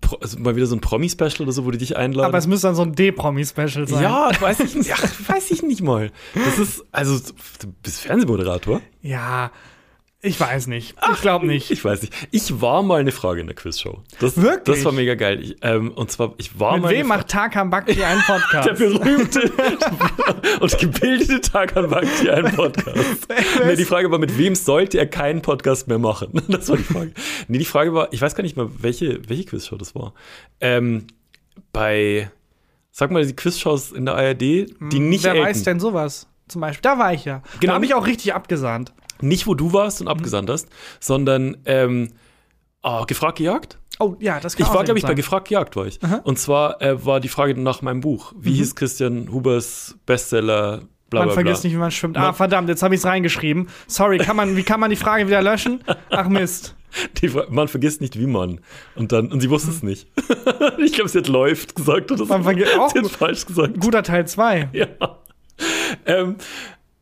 Pro- also mal wieder so ein Promi-Special oder so, wo die dich einladen?
Aber es müsste dann so ein D-Promi-Special sein.
ja, weiß ich nicht. Ja, weiß ich nicht mal. Das ist, also, du bist Fernsehmoderator.
Ja, ich weiß nicht. Ich glaube nicht.
Ich weiß nicht. Ich war mal eine Frage in der Quizshow. Das,
Wirklich?
Das war mega geil. Ich, ähm, und zwar, ich war
Mit
mal. eine
wem
Fra-
macht Tarkan Bakti einen
der
Podcast?
berühmte und gebildete Tarkan Bakti einen Podcast? nee, die Frage war, mit wem sollte er keinen Podcast mehr machen? Das war die Frage. Nee, die Frage war, ich weiß gar nicht mal, welche, welche Quizshow das war. Ähm, bei, sag mal, die Quizshows in der ARD, die
Hm,
nicht
Wer
Elton.
weiß denn sowas? Zum Beispiel, da war ich ja.
Genau.
Da habe ich auch richtig abgesahnt.
nicht wo du warst
Mhm.
und abgesandt hast, sondern ähm, ah, gefragt, gejagt?
Oh ja, das kann
Ich
auch
war, glaube ich, bei
sein.
Gefragt Jagd war ich. Und zwar äh, war die Frage nach meinem Buch. Wie hieß Christian Hubers Bestseller, bla bla
Mhm. Man vergisst
bla.
nicht, wie man schwimmt. Ah, verdammt, jetzt habe ich es reingeschrieben. Sorry, kann man, wie kann man die Frage wieder löschen? Ach Mist.
Die Fra- man vergisst nicht, wie man. Und dann, und sie wusste es nicht. ich glaube, sie hat läuft gesagt oder so.
Mhm. Man vergisst auch-
sie hat falsch gesagt.
Guter Teil 2.
Ja. Ähm,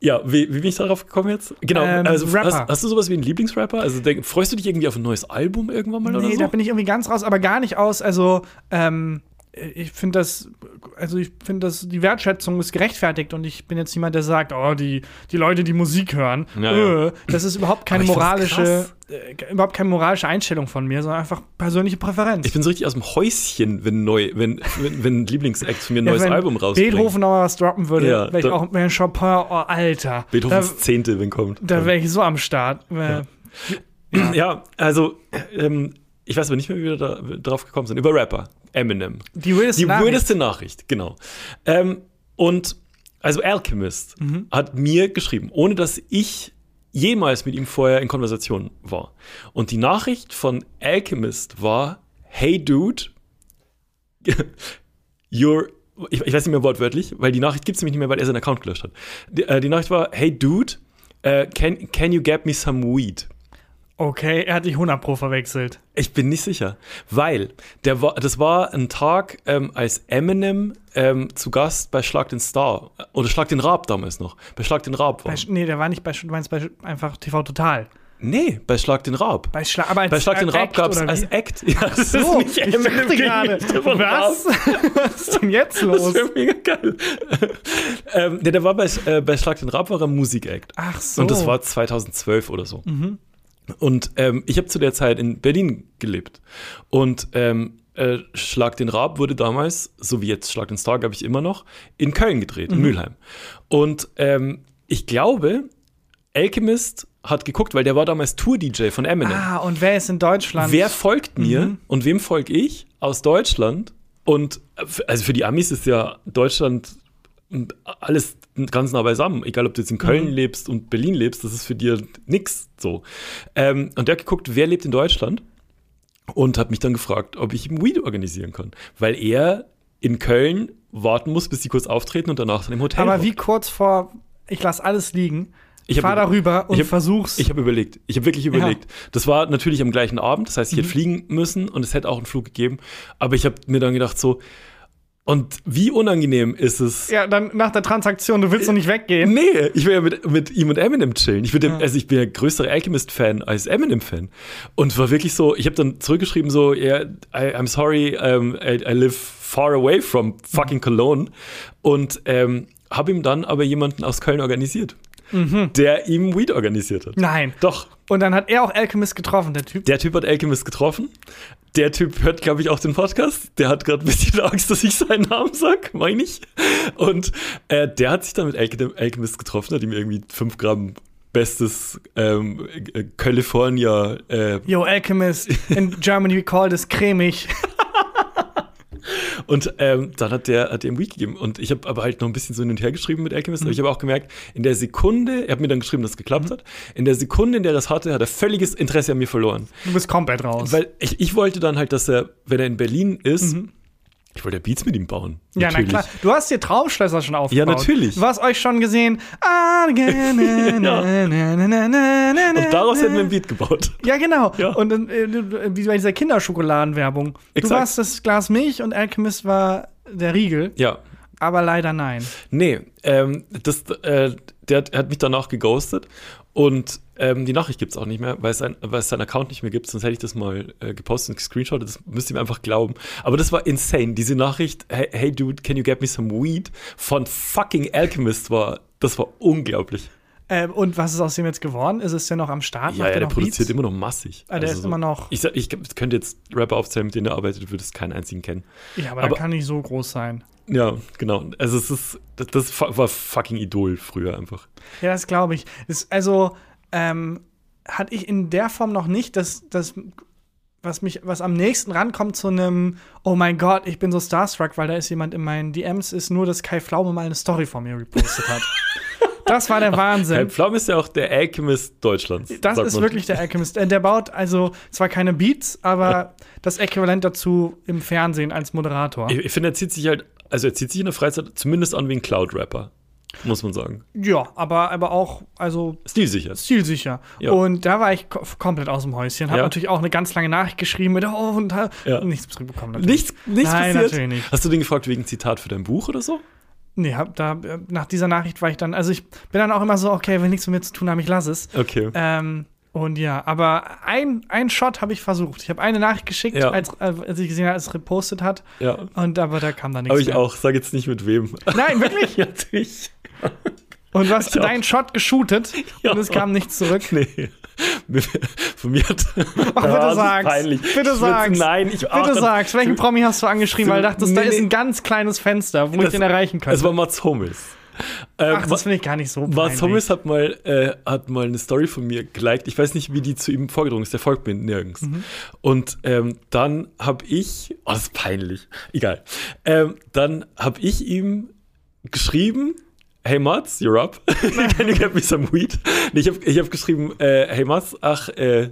ja, wie, wie bin ich darauf gekommen jetzt? Genau,
Ähm,
also
Rapper.
Hast, hast du sowas wie einen Lieblingsrapper? Also denk, freust du dich irgendwie auf ein neues Album irgendwann mal
Nee, da
oder so?
bin ich irgendwie ganz raus, aber gar nicht aus. Also, ähm, ich finde das, also ich finde das, die Wertschätzung ist gerechtfertigt und ich bin jetzt niemand, der sagt, oh, die, die Leute, die Musik hören,
Ja,
öh, das ist überhaupt keine
ich find's
moralische,
krass.
äh, überhaupt keine moralische Einstellung von mir, sondern einfach persönliche Präferenz.
Ich bin so richtig aus dem Häuschen, wenn neu, wenn, wenn, wenn ein Lieblingsact von mir ein neues
wenn
Album rausbringt.
Beethoven noch mal was droppen würde,
Ja,
wäre ich
da-
auch mit Chopin, oh Alter.
Beethovens Zehnte, wenn kommt.
da da wäre ich so am Start. Äh,
Ja, also, ähm, ich weiß aber nicht mehr, wie wir da, drauf gekommen sind. Über Rapper, Eminem.
Die weirdeste
Die
Nachricht.
weirdeste Nachricht, genau. Ähm, und, also Alchemist hat mir geschrieben, ohne dass ich jemals mit ihm vorher in Konversation war. Und die Nachricht von Alchemist war, hey Dude, you're ich, ich weiß nicht mehr wortwörtlich, weil die Nachricht gibt's nämlich nicht mehr, weil er seinen Account gelöscht hat. Die, äh, die Nachricht war, hey Dude, äh, can, can you get me some weed?
Okay, er hat dich 100 Pro verwechselt.
Ich bin nicht sicher, weil der war, das war ein Tag, ähm, als Eminem ähm, zu Gast bei Schlag den Star äh, oder Schlag den Raab damals noch. Bei Schlag den Raab war.
Bei, Sch- nee, der war nicht bei, Sch- du meinst bei Sch- einfach TV Total.
nee, bei Schlag den Raab.
Bei, Schla aber als,
bei Schlag den
als
Raab
Act
gab es
oder
als
wie?
Act. Ja, das
So,
ist nicht
ich
Eminem
dachte
gegen
gerade,
Richter von
was?
Raab.
was ist denn jetzt los?
Das wäre mega geil. ähm, der, der war bei, äh, bei Schlag den Raab war er Musikact.
Ach so. Mhm.
Und das war 2012 oder so. Und ähm, ich habe zu der Zeit in Berlin gelebt. Und ähm, äh, Schlag den Raab wurde damals, so wie jetzt Schlag den Star, glaube ich, immer noch, in Köln gedreht,
Mhm.
in Mülheim. Und ähm, ich glaube, Alchemist hat geguckt, weil der war damals Tour-DJ von Eminem.
Ah, und wer ist in Deutschland? Mhm.
Wer folgt mir und wem folge ich aus Deutschland? Und äh, f- also für die Amis ist ja Deutschland m, alles ganz nah beisammen. Egal, ob du jetzt in
Mhm.
Köln lebst und Berlin lebst, das ist für dir nix so. Ähm, und der hat geguckt, wer lebt in Deutschland und hat mich dann gefragt, ob ich ihm Weed organisieren kann, weil er in Köln warten muss, bis die kurz auftreten und danach dann im Hotel.
aber
war.
wie kurz vor, ich lass alles liegen,
Ich hab
fahr
über-
darüber und
ich hab-
versuch's.
Ich habe überlegt. Ich habe wirklich überlegt. Das war natürlich am gleichen Abend. Das heißt, ich hätte fliegen müssen und es hätte auch einen Flug gegeben. Aber ich habe mir dann gedacht, so, Und wie unangenehm ist es?
Ja, dann nach der Transaktion, du
Äh,
willst doch nicht weggehen.
Nee, ich will ja mit, mit ihm und Eminem chillen. Ich, bin ja. also ich bin ja größerer Alchemist-Fan als Eminem-Fan. Und war wirklich so, ich habe dann zurückgeschrieben so, yeah, I, I'm sorry, um, I, I live far away from fucking Cologne. Und ähm, habe ihm dann aber jemanden aus Köln organisiert, der ihm Weed organisiert hat.
Nein.
Doch,
Und dann hat er auch Alchemist getroffen, der Typ.
der Typ hat Alchemist getroffen. Der Typ hört, glaube ich, auch den Podcast. Der hat gerade ein bisschen Angst, dass ich seinen Namen sag, meine ich. Und äh, der hat sich dann mit Alchem- Alchemist getroffen, hat ihm irgendwie 5 Gramm bestes ähm, äh, California äh,
Yo, Alchemist, in Germany we call this cremig.
Und ähm, dann hat der hat ihm Week gegeben. Und ich habe aber halt noch ein bisschen so hin und her geschrieben mit Alchemist. Aber ich habe auch gemerkt, in der Sekunde, er hat mir dann geschrieben, dass es geklappt hat, in der Sekunde, in der er das hatte, hat er völliges Interesse an mir verloren.
Du bist komplett raus.
Weil ich, ich wollte dann halt, dass er, wenn er in Berlin ist, ich wollte ja Beats mit ihm bauen.
Mhm. ja,
natürlich.
na klar. Du hast dir Traumschlösser schon aufgebaut.
natürlich.
Du hast euch schon gesehen. Ah,
Und
Und
daraus hätten wir ein Beat gebaut.
Ja, genau.
Ja.
Und dann, äh, wie bei dieser Kinderschokoladenwerbung. Du
Exakt.
warst das Glas Milch und Alchemist war der Riegel.
Ja.
Aber leider nein.
Nee, ähm, das, äh, der hat, hat mich danach geghostet und ähm, die Nachricht gibt es auch nicht mehr, weil es, sein, weil es seinen Account nicht mehr gibt, sonst hätte ich das mal äh, gepostet und gescreenshottet, das müsst ihr mir einfach glauben. Aber das war insane, diese Nachricht, hey, hey dude, can you get me some weed, von fucking Alchemist war, das war unglaublich.
Ähm, und was ist aus dem jetzt geworden? Ist es denn noch am Start? Macht
Ja, ja
er
der
noch
produziert
Beats?
immer noch massig. Also
Ah, der ist immer noch-
Ich, sag- ich könnte jetzt Rapper aufzählen, mit denen er arbeitet, würde es keinen einzigen kennen.
Ja, aber,
aber-
der kann nicht so groß sein.
Ja, genau. Also es ist, das, das fu- war fucking Idol früher einfach.
Ja, das glaube ich. Das, also, ähm, hatte ich in der Form noch nicht, dass das, was mich, was am nächsten rankommt zu einem, oh mein Gott, ich bin so starstruck, weil da ist jemand in meinen DMs, ist nur, dass Kai Pflaume mal eine Story von mir repostet hat. Das war der
Herr
Wahnsinn.
Pflaum ist ja auch der Alchemist Deutschlands.
Das
sagt
ist
man.
wirklich der Alchemist. Äh, Der baut also zwar keine Beats, aber das Äquivalent dazu im Fernsehen als Moderator.
Ich, ich finde, er zieht sich halt, also er zieht sich in der Freizeit zumindest an wie ein Cloud-Rapper, muss man sagen.
Ja, aber, aber auch also
Stilsicher.
zielsicher.
Ja.
Und da war ich ko- komplett aus dem Häuschen. Hab
Ja.
natürlich auch eine ganz lange Nachricht geschrieben mit oh, und ha-
Ja.
nichts zurückbekommen. Natürlich.
Nichts, nichts
Nein,
passiert.
natürlich nicht.
Hast du den gefragt wegen Zitat für dein Buch oder so?
Nee, hab da, äh, nach dieser Nachricht war ich dann, also ich bin dann auch immer so, okay, will nichts mit mir zu tun haben, ich lass es.
Okay.
Ähm, und ja, aber ein, ein Shot habe ich versucht. Ich habe eine Nachricht geschickt,
Ja.
als, äh, als ich gesehen habe, als es repostet hat.
Ja.
Und aber da kam dann nichts.
Aber ich
mehr.
auch. Sag jetzt nicht mit wem.
Nein, wirklich?
Natürlich.
Und du hast
Ich auch.
deinen Shot geshootet
Ja.
und es kam nichts zurück.
Nee. Mir- Von mir hat. Ach,
bitte sag's.
Peinlich.
Bitte
Ich würd's-
sag's.
Nein, ich ach,
Bitte
dann-
sag's, welchen Promi hast du angeschrieben, weil du dachtest, da
Nee,
ist
nee.
ein ganz kleines Fenster, wo ich
Das- also,
den erreichen
Es
könnte.
war Mats Hummels. Ähm,
Ach, das finde ich gar nicht so
Mats
peinlich.
Hummels hat mal, äh, hat mal eine Story von mir geliked. Ich weiß nicht, wie die zu ihm vorgedrungen ist. Der folgt mir nirgends. Und ähm, dann habe ich, oh, das ist peinlich, egal. Ähm, dann habe ich ihm geschrieben, hey Mats, you're up. Can you get me some weed? Nee, ich habe ich hab geschrieben, äh, hey Mats, ach, äh,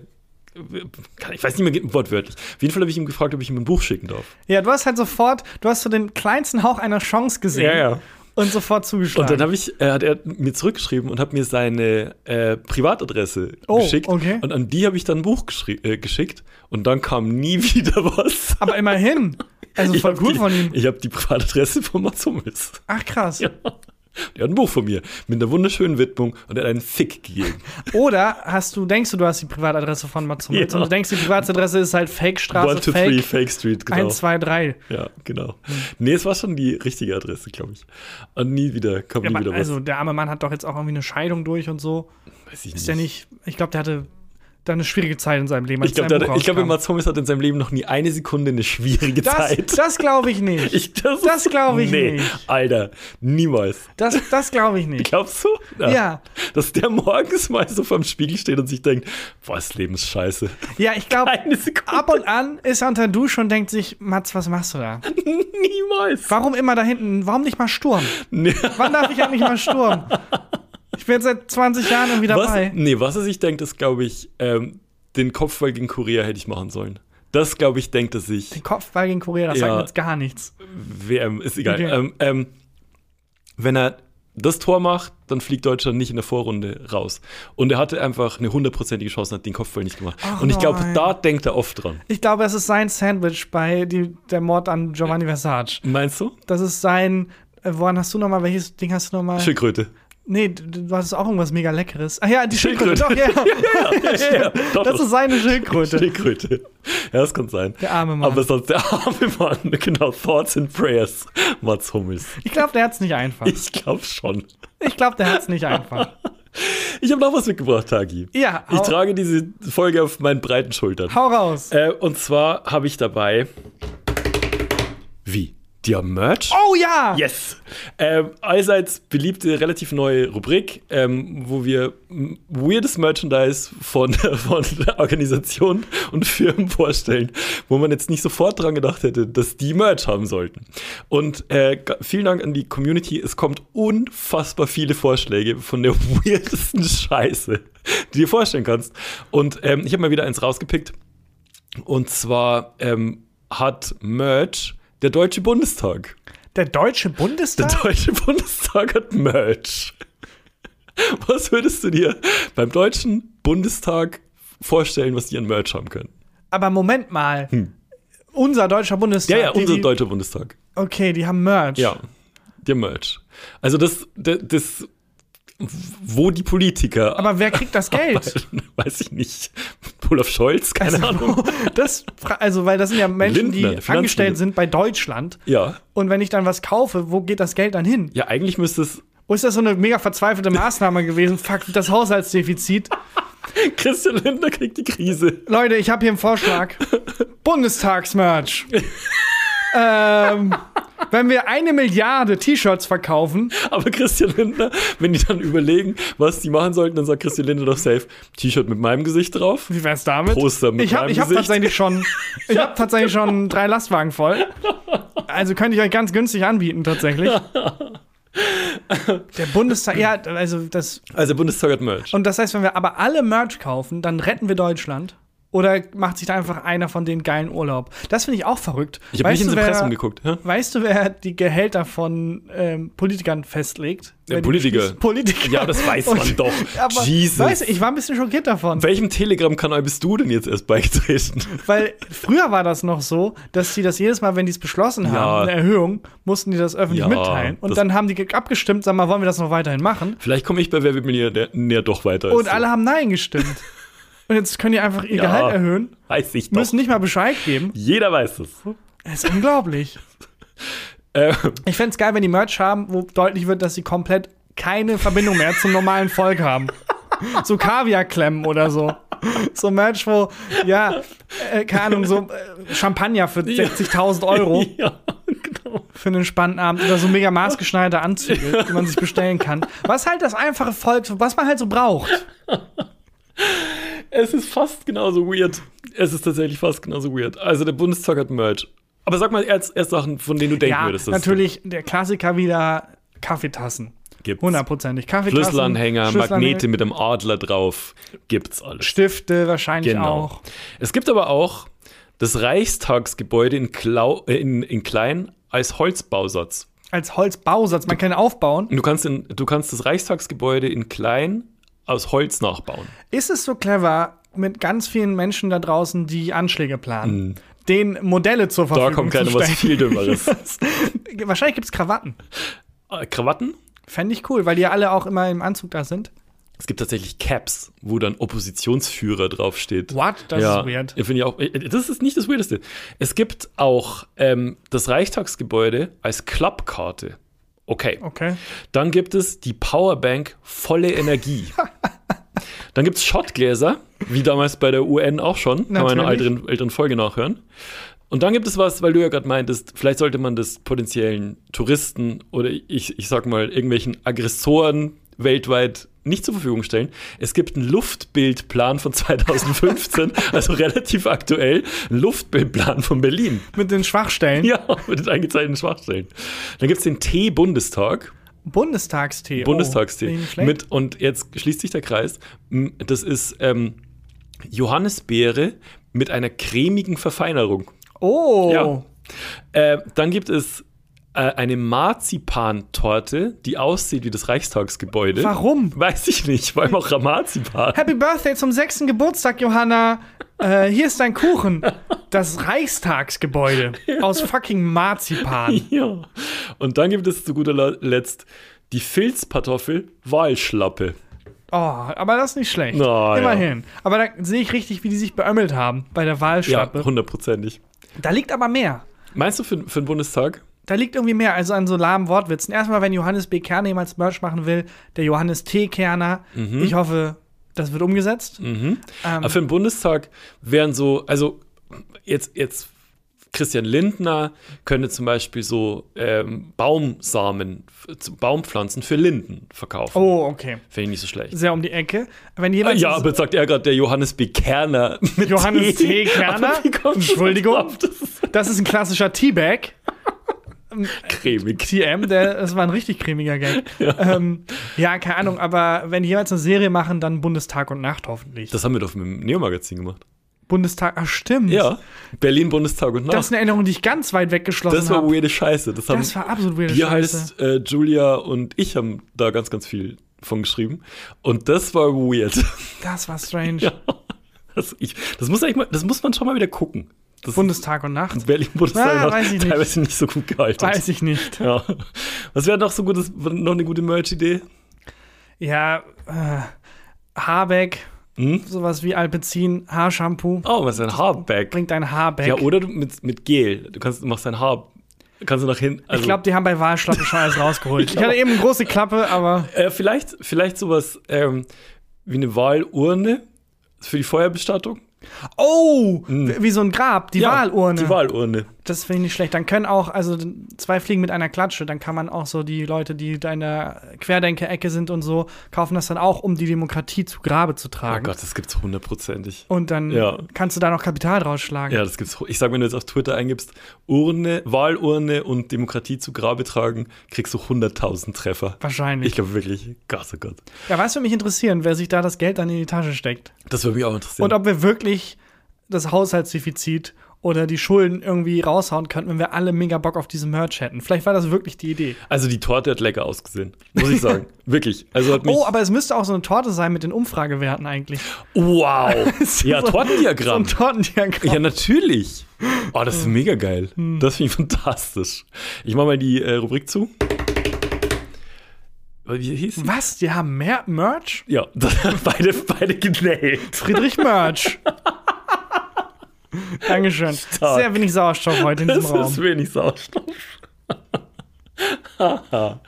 kann, ich weiß nicht mehr wortwörtlich. Auf jeden Fall habe ich ihm gefragt, ob ich ihm ein Buch schicken darf.
Ja, du hast halt sofort, du hast so den kleinsten Hauch einer Chance gesehen
Ja, ja.
und sofort zugeschlagen.
Und dann habe ich, äh, hat er mir zurückgeschrieben und hat mir seine äh, Privatadresse
Oh,
geschickt.
okay.
Und an die habe ich dann ein Buch geschrie- äh, geschickt und dann kam nie wieder was.
aber immerhin. Also
Ich
voll
hab
cool
die,
von ihm.
Ich habe die Privatadresse von Mats Hummels.
Ach krass.
Der hat ein Buch von mir mit einer wunderschönen Widmung und er hat einen Fick gegeben.
Oder hast du, denkst du, du hast die Privatadresse von Mats Hummels
Ja.
und du denkst, die Privatadresse ist halt Fake-Straße,
One, two,
Fake,
three, Fake Street, genau.
1, 2, 3.
Ja, genau. Nee, es war schon die richtige Adresse, glaube ich. Und nie wieder, kam
Ja,
nie
aber
wieder was.
also der arme Mann hat doch jetzt auch irgendwie eine Scheidung durch und so.
Weiß ich
Ist ja nicht, ich glaube, der hatte da eine schwierige Zeit in seinem Leben. als
Ich glaube,
sein Buch
der hat- ich glaube,
rauskam.
Mats Hummels hat in seinem Leben noch nie eine Sekunde eine schwierige Zeit.
das, das glaube ich nicht.
Ich, das
Das
ist-
glaub ich
nee,
nicht.
Alter, niemals.
Das, das glaube ich nicht.
Glaubst du?
Ja.
Dass der morgens mal so vorm Spiegel steht und sich denkt, boah, das Leben ist scheiße.
Ja, ich glaube,
Eine Sekunde.
ab und an ist er unter der Dusche und denkt sich, Mats, was machst du da?
Niemals.
Warum immer da hinten? Warum nicht mal Sturm?
Nee.
Wann darf ich halt nicht mal Sturm? Ich bin jetzt seit 20 Jahren irgendwie
Was,
dabei.
nee, was er sich denkt, ist, glaube ich, ähm, den Kopfball gegen Korea hätte ich machen sollen. Das, glaube ich, denkt er sich.
Den Kopfball gegen Korea, das
Ja.
sagt mir jetzt gar nichts.
WM, ist egal.
Okay.
Ähm, ähm, wenn er das Tor macht, dann fliegt Deutschland nicht in der Vorrunde raus. Und er hatte einfach eine hundertprozentige Chance und hat den Kopfball nicht gemacht.
Ach
und ich glaube,
nein.
da denkt er oft dran.
Ich glaube, es ist sein Sandwich bei die, der Mord an Giovanni Versace.
Meinst du?
Das ist sein. äh, Woran hast du nochmal? Welches Ding hast du nochmal?
Schildkröte.
Nee, du du hast auch irgendwas mega Leckeres. Ach ja, die Schildkröte.
Schildkröte.
Doch, ja.
Ja, ja, ja. Doch,
Das
doch.
ist seine Schildkröte.
Schildkröte. Ja, das kann sein.
Der arme Mann.
Aber sonst der arme Mann. Genau, Thoughts and Prayers. Mats Hummels.
Ich glaube, der hat's nicht einfach.
Ich glaube schon.
Ich glaube, der hat's nicht einfach.
Ich habe noch was mitgebracht, Tagi.
Ja,
Ich
hau-
trage diese Folge auf meinen breiten Schultern.
Hau raus.
Äh, und zwar habe ich dabei. Wie? Die haben Merch?
Oh ja!
Yes! Ähm, allseits beliebte, relativ neue Rubrik, ähm, wo wir m- weirdes Merchandise von, von Organisationen und Firmen vorstellen, wo man jetzt nicht sofort dran gedacht hätte, dass die Merch haben sollten. Und äh, ga- vielen Dank an die Community. Es kommt unfassbar viele Vorschläge von der weirdesten Scheiße, die du dir vorstellen kannst. Und ähm, ich habe mal wieder eins rausgepickt. Und zwar ähm, hat Merch der Deutsche Bundestag.
Der Deutsche
Der
Bundestag?
Deutsche Bundestag hat Merch. Was würdest du dir beim Deutschen Bundestag vorstellen, was die an Merch haben können?
Aber Moment mal. Unser Deutscher Bundestag.
Hm. Ja, ja,
die-
unser
die,
Deutscher Bundestag.
Okay, die haben Merch.
Ja, der Merch. Also das, das, das wo die Politiker.
Aber wer kriegt das Geld?
arbeiten, weiß ich nicht. Olaf Scholz, keine
Also-
Ahnung.
Das, fra- also, weil das sind ja Menschen,
Lindner,
die
Finanzminister.
angestellt sind bei Deutschland.
Ja.
Und wenn ich dann was kaufe, wo geht das Geld dann hin?
Ja, eigentlich müsste es
Oh, ist das so eine mega verzweifelte Maßnahme gewesen? Fuck, das Haushaltsdefizit.
Christian Lindner kriegt die Krise.
Leute, ich habe hier einen Vorschlag. Bundestagsmerch. ähm, wenn wir eine Milliarde T-Shirts verkaufen,
Aber Christian Lindner, wenn die dann überlegen, was die machen sollten, dann sagt Christian Lindner doch safe, T-Shirt mit meinem Gesicht drauf.
wie wär's damit?
Poster mit
ich habe
meinem
ich hab
Gesicht.
tatsächlich schon, ich habe tatsächlich schon drei Lastwagen voll. Also könnte ich euch ganz günstig anbieten tatsächlich. Der Bundestag, ja, also das
Also Bundestag hat Merch.
und das heißt, wenn wir aber alle Merch kaufen, dann retten wir Deutschland. Oder macht sich da einfach einer von den geilen Urlaub? Das finde ich auch verrückt.
Ich habe nicht
Weißt
ins
du, wer-
Impressum geguckt. Hä?
Weißt du, wer die Gehälter von ähm, Politikern festlegt? Wer
Ja,
die
Politiker.
beschließt? Politiker.
Ja, das weiß man
Und-
doch.
Aber
Jesus.
Weiß ich, ich war ein bisschen schockiert davon.
Welchem Telegram-Kanal bist du denn jetzt erst beigetreten?
Weil früher war das noch so, dass die das jedes Mal, wenn die es beschlossen haben, eine Erhöhung, mussten die das öffentlich
Ja,
mitteilen. Und
das-
dann haben die ge- abgestimmt, sag mal, wollen wir das noch weiterhin machen?
Vielleicht komme ich bei Wer wird Millionär näher doch weiter. als
Und
du.
alle haben Nein gestimmt. Und jetzt können die einfach ihr
Ja.
Gehalt erhöhen,
Weiß ich doch.
müssen nicht mal Bescheid geben.
Jeder weiß es.
Das ist unglaublich.
Äh,
Ich fänd's geil, wenn die Merch haben, wo deutlich wird, dass sie komplett keine Verbindung mehr zum normalen Volk haben. So Kaviarklemmen oder so. So Merch, wo, ja, äh, keine Ahnung, so äh, Champagner für 60.000 Euro
ja, genau.
für einen spannenden Abend oder so mega maßgeschneiderte Anzüge, die man sich bestellen kann. Was halt das einfache Volk, was man halt so braucht.
Es ist fast genauso weird. Es ist tatsächlich fast genauso weird. Also der Bundestag hat Merch. Aber sag mal erst, erst Sachen, von denen du denken
Ja,
würdest. dass es
natürlich der Klassiker wieder Kaffeetassen.
Gibt's.
Hundertprozentig. Kaffeetassen.
Schlüsselanhänger,
Schlüsselanhänger,
Magnete mit einem Adler drauf. Gibt's alles.
Stifte wahrscheinlich
Genau.
auch.
Es gibt aber auch das Reichstagsgebäude in, Klau äh, in, in Klein als Holzbausatz.
Als Holzbausatz, man kann ihn aufbauen.
Und Du kannst, in, du kannst das Reichstagsgebäude in Klein aus Holz nachbauen.
Ist es so clever, mit ganz vielen Menschen da draußen, die Anschläge planen, den Modelle zur
Mhm. Da
Verfügung
kommt
zu
keiner was
stellen?
viel Dümmeres.
Wahrscheinlich gibt's Krawatten.
Äh, Krawatten?
Fände ich cool, weil die ja alle auch immer im Anzug da sind.
Es gibt tatsächlich Caps, wo dann Oppositionsführer draufsteht.
What? Das
ja,
ist weird.
Finde ich auch. äh, Das ist nicht das Weirdeste. Es gibt auch ähm, das Reichstagsgebäude als Klappkarte. Okay.
Okay.
Dann gibt es die Powerbank volle Energie. Dann gibt es Shotgläser, wie damals bei der UN auch schon. Kann man in einer
Natürlich.
älteren, älteren Folge nachhören. Und dann gibt es was, weil du ja gerade meintest, vielleicht sollte man das potenziellen Touristen oder ich, ich sag mal irgendwelchen Aggressoren weltweit nicht zur Verfügung stellen. Es gibt einen Luftbildplan von 2015, also relativ aktuell, einen Luftbildplan von Berlin.
Mit den Schwachstellen.
Ja, mit den eingezeichneten Schwachstellen. Dann gibt es den T-Bundestag.
Bundestagstee.
Bundestagstee.
Oh, mit
mit, und jetzt schließt sich der Kreis. M, Das ist ähm, Johannisbeere mit einer cremigen Verfeinerung.
oh.
Ja. Äh, dann gibt es äh, eine Marzipantorte, die aussieht wie das Reichstagsgebäude.
Warum?
Weiß ich nicht, weil auch Marzipan.
Happy Birthday zum sechsten Geburtstag, Johanna. Äh, hier ist dein Kuchen. Das Reichstagsgebäude aus fucking Marzipan.
Ja. Und dann gibt es zu guter Le- Letzt die Filzkartoffel Walschlappe.
Oh, aber das ist nicht schlecht.
Na, ja.
Immerhin. Aber da sehe ich richtig, wie die sich beömmelt haben bei der
Ja,
Wahlschlappe.
hundertprozentig.
da liegt aber mehr.
Meinst du für, für den Bundestag?
Da liegt irgendwie mehr also an so lahmen Wortwitzen. Erstmal, wenn Johannes B. Kerner jemals Merch machen will, der Johannes T. Kerner.
Mhm.
Ich hoffe, das wird umgesetzt.
Aber Ah, für den Bundestag wären so, also jetzt, jetzt Christian Lindner könnte zum Beispiel so ähm, Baumsamen, f- zu- Baumpflanzen für Linden verkaufen.
Oh, okay.
Finde ich nicht so schlecht.
Sehr um die Ecke. Wenn jemand
ja, aber jetzt sagt er gerade der Johannes B. Kerner mit
Johannes T. Kerner?
Aber wie kommt das
Entschuldigung.
drauf? Das ist
das ist ein klassischer Teabag.
cremig.
TM, der, das war ein richtig cremiger Gag. Ja. Ähm, ja, keine Ahnung, aber wenn die jemals eine Serie machen, dann Bundestag und Nacht hoffentlich.
Das haben wir doch mit dem Neo-Magazin gemacht.
Bundestag, ach stimmt.
Ja, Berlin, Bundestag und Nacht.
Das ist eine Erinnerung, die ich ganz weit weggeschlossen
Das war
habe.
weirde Scheiße. Das, haben,
Das war absolut weirde
Hier
Scheiße.
heißt äh, Julia und ich haben da ganz, ganz viel von geschrieben. Und das war weird.
Das war strange.
Das, ich, das, muss eigentlich mal, das muss man schon mal wieder gucken. Das
Bundestag und Nacht?
Berlin Bundestag
Ah,
hat
weiß ich nicht.
teilweise nicht so gut gehalten.
Weiß ich nicht.
Ja. Was wäre noch so gutes, noch eine gute Merch-Idee?
Ja, äh, Haarbeck,
Hm?
sowas wie Alpezin, Haarshampoo.
Oh, was ist ein Haarback?
Bringt dein Haar weg.
Ja, oder du mit, mit Gel. Du kannst, du machst dein Haar. Kannst du nach hinten. also,
ich glaube, die haben bei Wahlschlappe schon alles rausgeholt. ich hatte eben eine große Klappe, aber
Äh, vielleicht, vielleicht sowas ähm, wie eine Wahlurne für die Feuerbestattung.
Oh, w- wie so ein Grab, die Wahlurne.
Hm. Die Wahlurne.
das finde ich nicht schlecht. Dann können auch, also d- zwei Fliegen mit einer Klatsche, dann kann man auch so die Leute, die da in der Querdenker-Ecke sind und so, kaufen das dann auch, um die Demokratie zu Grabe zu
Oh
tragen.
Gott, das gibt's hundertprozentig.
Und dann
Ja.
kannst du da noch Kapital rausschlagen.
Ja, das gibt's. Ich sag, wenn du jetzt auf Twitter eingibst, Urne, Wahlurne und Demokratie zu Grabe tragen, kriegst du 100.000 Treffer.
Wahrscheinlich.
Ich glaube wirklich, Gott, oh Gott.
ja, was würde mich interessieren, wer sich da das Geld dann in die Tasche steckt.
Das würde mich auch interessieren.
Und ob wir wirklich das Haushaltsdefizit oder die Schulden irgendwie raushauen könnten, wenn wir alle mega Bock auf diesen Merch hätten. Vielleicht war das wirklich die Idee.
also die Torte hat lecker ausgesehen, muss ich sagen. wirklich. Also hat mich.
Oh, aber es müsste auch so eine Torte sein mit den Umfragewerten eigentlich.
wow. ja,
So-
Tortendiagramm.
So ein Hm. Tortendiagramm.
ja, natürlich. Oh, das ist mega geil. Das finde ich fantastisch. Ich mache mal die äh, Rubrik zu. Wie hieß sie?
Was? Die haben mehr Merch?
Ja, beide, beide genäht.
Friedrich Merch. Dankeschön. Sehr wenig Sauerstoff heute in diesem
Das ist
Raum.
wenig Sauerstoff. ha, ha.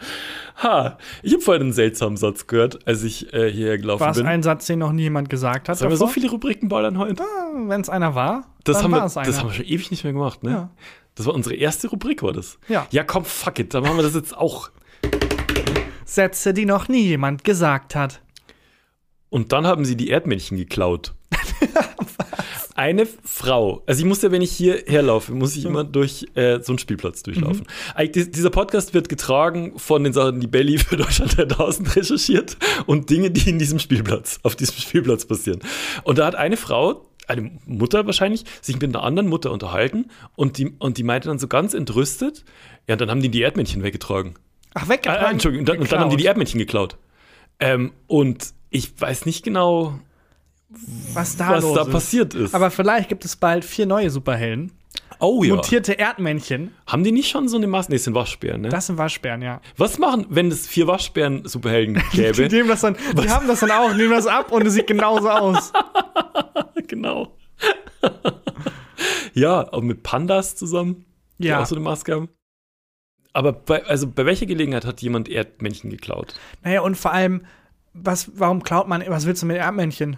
ha. Ich habe vorhin einen seltsamen Satz gehört, als ich äh, hierher gelaufen
War es
bin.
ein Satz, den noch nie jemand gesagt hat?
Sollen wir so viele Rubriken ballern heute?
Wenn es einer war,
Das
Ah, dann
haben,
war
wir,
es einer.
das haben wir schon ewig nicht mehr gemacht, ne?
Ja.
Das war unsere erste Rubrik, war das.
Ja.
Ja, komm, fuck it, dann machen wir das jetzt auch.
Sätze, die noch nie jemand gesagt hat.
Und dann haben sie die Erdmännchen geklaut. Eine Frau, also ich muss ja, wenn ich hierher laufe, muss ich immer durch äh, so einen Spielplatz durchlaufen. Eigentlich, dies- dieser Podcast wird getragen von den Sachen, die Belly für Deutschland 3000 recherchiert und Dinge, die in diesem Spielplatz, auf diesem Spielplatz passieren. Und da hat eine Frau, eine Mutter wahrscheinlich, sich mit einer anderen Mutter unterhalten und die, und die meinte dann so ganz entrüstet, ja, dann haben die die Erdmännchen weggetragen.
Ach,
Ah,
weggetragen.
ah, Entschuldigung, und dann, und dann haben die die
geklaut.
Erdmännchen geklaut. Ähm, und ich weiß nicht genau,
Was da,
was
los
da
ist.
passiert ist.
Aber vielleicht gibt es bald vier neue Superhelden.
oh ja.
Mutierte Erdmännchen.
Haben die nicht schon so eine Maß? Nee, es sind Waschbären, ne?
Das sind Waschbären, ja.
was machen, wenn es vier Waschbären-Superhelden gäbe?
Die, nehmen das dann, die haben das dann auch, nehmen das ab und es sieht genauso aus.
genau. ja, auch mit Pandas zusammen, die
Ja.
auch so eine Maske haben. Aber bei, also bei welcher Gelegenheit hat jemand Erdmännchen geklaut?
Naja, und vor allem, was, warum klaut man, was willst du mit Erdmännchen?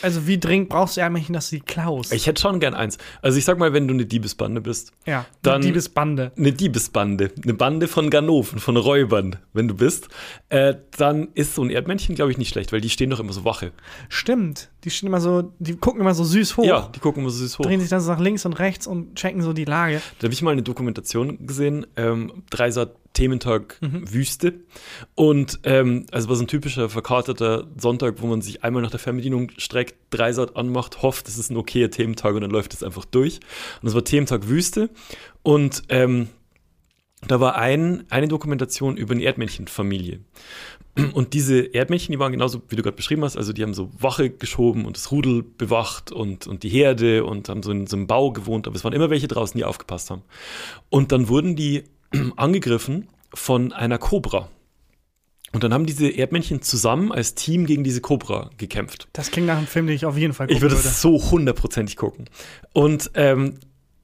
Also, wie dringend brauchst du Erdmännchen, dass du die klaust?
Ich hätte schon gern eins. Also ich sag mal, wenn du eine Diebesbande bist.
ja,
dann-
die Diebesbande.
eine Diebesbande, eine Bande von Ganoven, von Räubern, wenn du bist, äh, dann ist so ein Erdmännchen, glaube ich, nicht schlecht, weil die stehen doch immer so Wache.
Stimmt, die stehen immer so, die gucken immer so süß hoch,
Ja, die gucken immer so süß hoch.
drehen sich dann so nach links und rechts und checken so die Lage.
Da habe ich mal eine Dokumentation gesehen, ähm, Dreisat Thementag
Mhm.
Wüste. Und ähm, also war so ein typischer verkaterter Sonntag, wo man sich einmal nach der Fernbedienung streckt, Dreisat anmacht, hofft, es ist ein okayer Thementag und dann läuft es einfach durch. Und es war Thementag Wüste. Und ähm, Da war ein, eine Dokumentation über eine Erdmännchenfamilie. Und diese Erdmännchen, die waren genauso, wie du gerade beschrieben hast, also die haben so Wache geschoben und das Rudel bewacht und, und die Herde und haben so in so einem Bau gewohnt, aber es waren immer welche draußen, die aufgepasst haben. Und dann wurden die angegriffen von einer Kobra. Und dann haben diese Erdmännchen zusammen als Team gegen diese Kobra gekämpft.
Das klingt nach einem Film, den ich auf jeden Fall gucken
Ich würde
würde.
es so hundertprozentig gucken. Und ähm,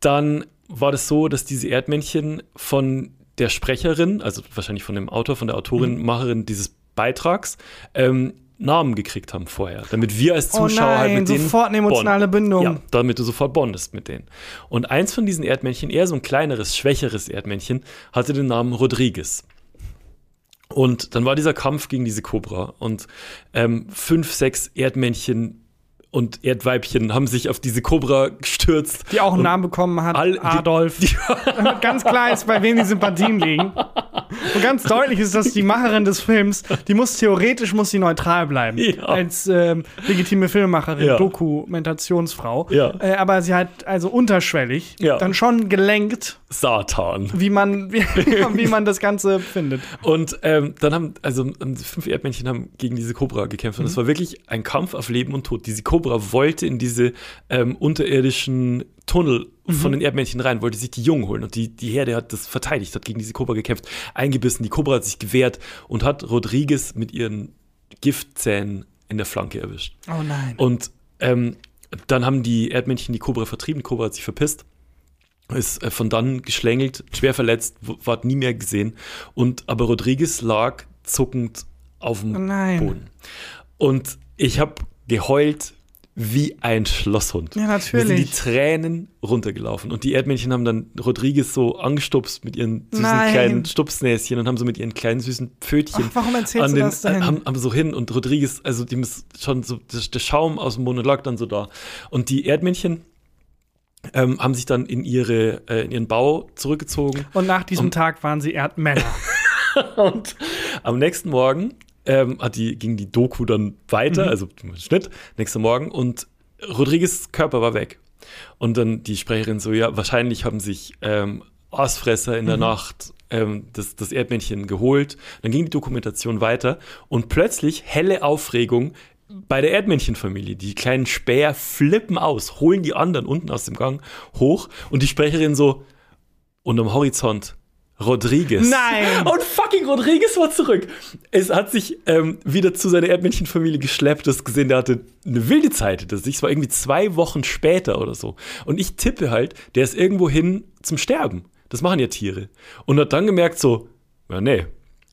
dann war das so, dass diese Erdmännchen von der Sprecherin, also wahrscheinlich von dem Autor, von der Autorin,
Mhm.
Macherin dieses Beitrags, ähm, Namen gekriegt haben vorher, damit wir als
Oh
Zuschauer halt
nein,
mit denen
sofort eine emotionale Bindung.
Ja, damit du sofort bondest mit denen. Und eins von diesen Erdmännchen, eher so ein kleineres, schwächeres Erdmännchen, hatte den Namen Rodriguez. Und dann war dieser Kampf gegen diese Cobra und ähm, fünf, sechs Erdmännchen und Erdweibchen haben sich auf diese Cobra gestürzt.
Die auch einen
Und
Namen bekommen hat,
all- die-
Adolf. Damit ganz klar ist, bei wem die Sympathien liegen. Und ganz deutlich ist, dass die Macherin des Films, die muss theoretisch muss sie neutral bleiben.
Ja.
Als ähm, legitime Filmemacherin,
Ja.
Dokumentationsfrau.
Ja.
Äh, aber sie hat also unterschwellig
Ja.
dann schon gelenkt,
Satan.
wie man, wie, wie man das Ganze findet.
Und ähm, dann haben, also ähm, fünf Erdmännchen haben gegen diese Cobra gekämpft. Und es war wirklich ein Kampf auf Leben und Tod. Diese Cobra wollte in diese ähm, unterirdischen Tunnel von den Erdmännchen rein, wollte sich die Jungen holen. Und die, die Herde hat das verteidigt, hat gegen diese Cobra gekämpft, eingebissen. Die Cobra hat sich gewehrt und hat Rodriguez mit ihren Giftzähnen in der Flanke erwischt.
Oh nein.
Und ähm, dann haben die Erdmännchen die Cobra vertrieben, die Cobra hat sich verpisst, ist äh, von dann geschlängelt, schwer verletzt, w- ward nie mehr gesehen. Und aber Rodriguez lag zuckend auf dem
Oh nein.
Boden. Und ich habe geheult wie ein Schlosshund.
Ja,
Mir sind
natürlich.
die Tränen runtergelaufen. Und die Erdmännchen haben dann Rodriguez so angestupst mit ihren süßen
Nein.
kleinen Stupsnäschen und haben so mit ihren kleinen süßen Pfötchen
Ach, warum erzählst
an
du
den,
das denn?
äh, Haben, haben so hin und Rodriguez, also dem ist schon so, der, der Schaum aus dem Mund lag dann so da. Und die Erdmännchen ähm, haben sich dann in, ihre, äh, in ihren Bau zurückgezogen.
Und nach diesem Tag waren sie Erdmänner.
Und am nächsten Morgen ähm, hat die, ging die Doku dann weiter, also Schnitt, nächster Morgen und Rodriguez Körper war weg. Und dann die Sprecherin so, ja, wahrscheinlich haben sich ähm, Aasfresser in der Nacht ähm, das, das Erdmännchen geholt. Dann ging die Dokumentation weiter und plötzlich helle Aufregung bei der Erdmännchenfamilie. Die kleinen Späher flippen aus, holen die anderen unten aus dem Gang hoch und die Sprecherin so, und am Horizont Rodriguez.
Nein!
Und fucking Rodriguez war zurück. Es hat sich ähm, wieder zu seiner Erdmännchenfamilie geschleppt. Das gesehen, der hatte eine wilde Zeit. Das es war irgendwie zwei Wochen später oder so. Und ich tippe halt, der ist irgendwo hin zum Sterben. Das machen ja Tiere. Und hat dann gemerkt so, ja nee,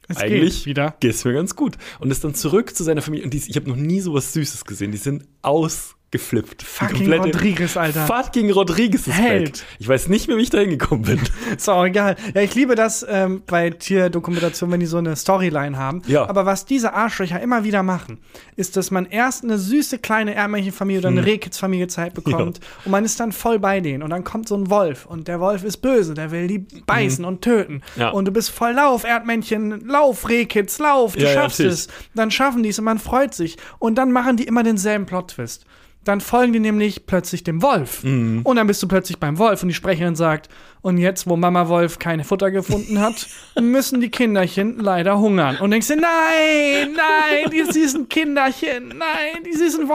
Es geht
eigentlich
wieder.
geht's mir ganz gut. Und ist dann zurück zu seiner Familie. Und die, ich habe noch nie sowas Süßes gesehen. Die sind ausgeflippt. Die
Fucking
komplette-
Rodriguez, Alter.
Fucking Rodriguez ist
Held.
weg. Ich weiß nicht mehr, wie ich da hingekommen bin.
Ist auch egal. Ja, ich liebe das ähm, bei Tierdokumentationen, wenn die so eine Storyline haben.
Ja.
Aber was diese Arschlöcher immer wieder machen, ist, dass man erst eine süße kleine Ärmärchenfamilie oder eine
Hm.
Rehkitzfamilie Zeit bekommt und man ist dann voll bei denen und dann kommt so ein Wolf und der Wolf ist böse, der will die beißen und töten.
Hm. Ja.
Und du bist voll Lauf, Erdmännchen, Lauf, Rehkitz, Lauf, du
Ja, ja,
schaffst
natürlich.
es. Dann schaffen die es und man freut sich. Und dann machen die immer denselben Plot-Twist. Dann folgen die nämlich plötzlich dem Wolf.
Mhm.
Und dann bist du plötzlich beim Wolf und die Sprecherin sagt, und jetzt, wo Mama Wolf kein Futter gefunden hat, müssen die Kinderchen leider hungern. Und denkst dir, nein, nein, die süßen Kinderchen, nein, die süßen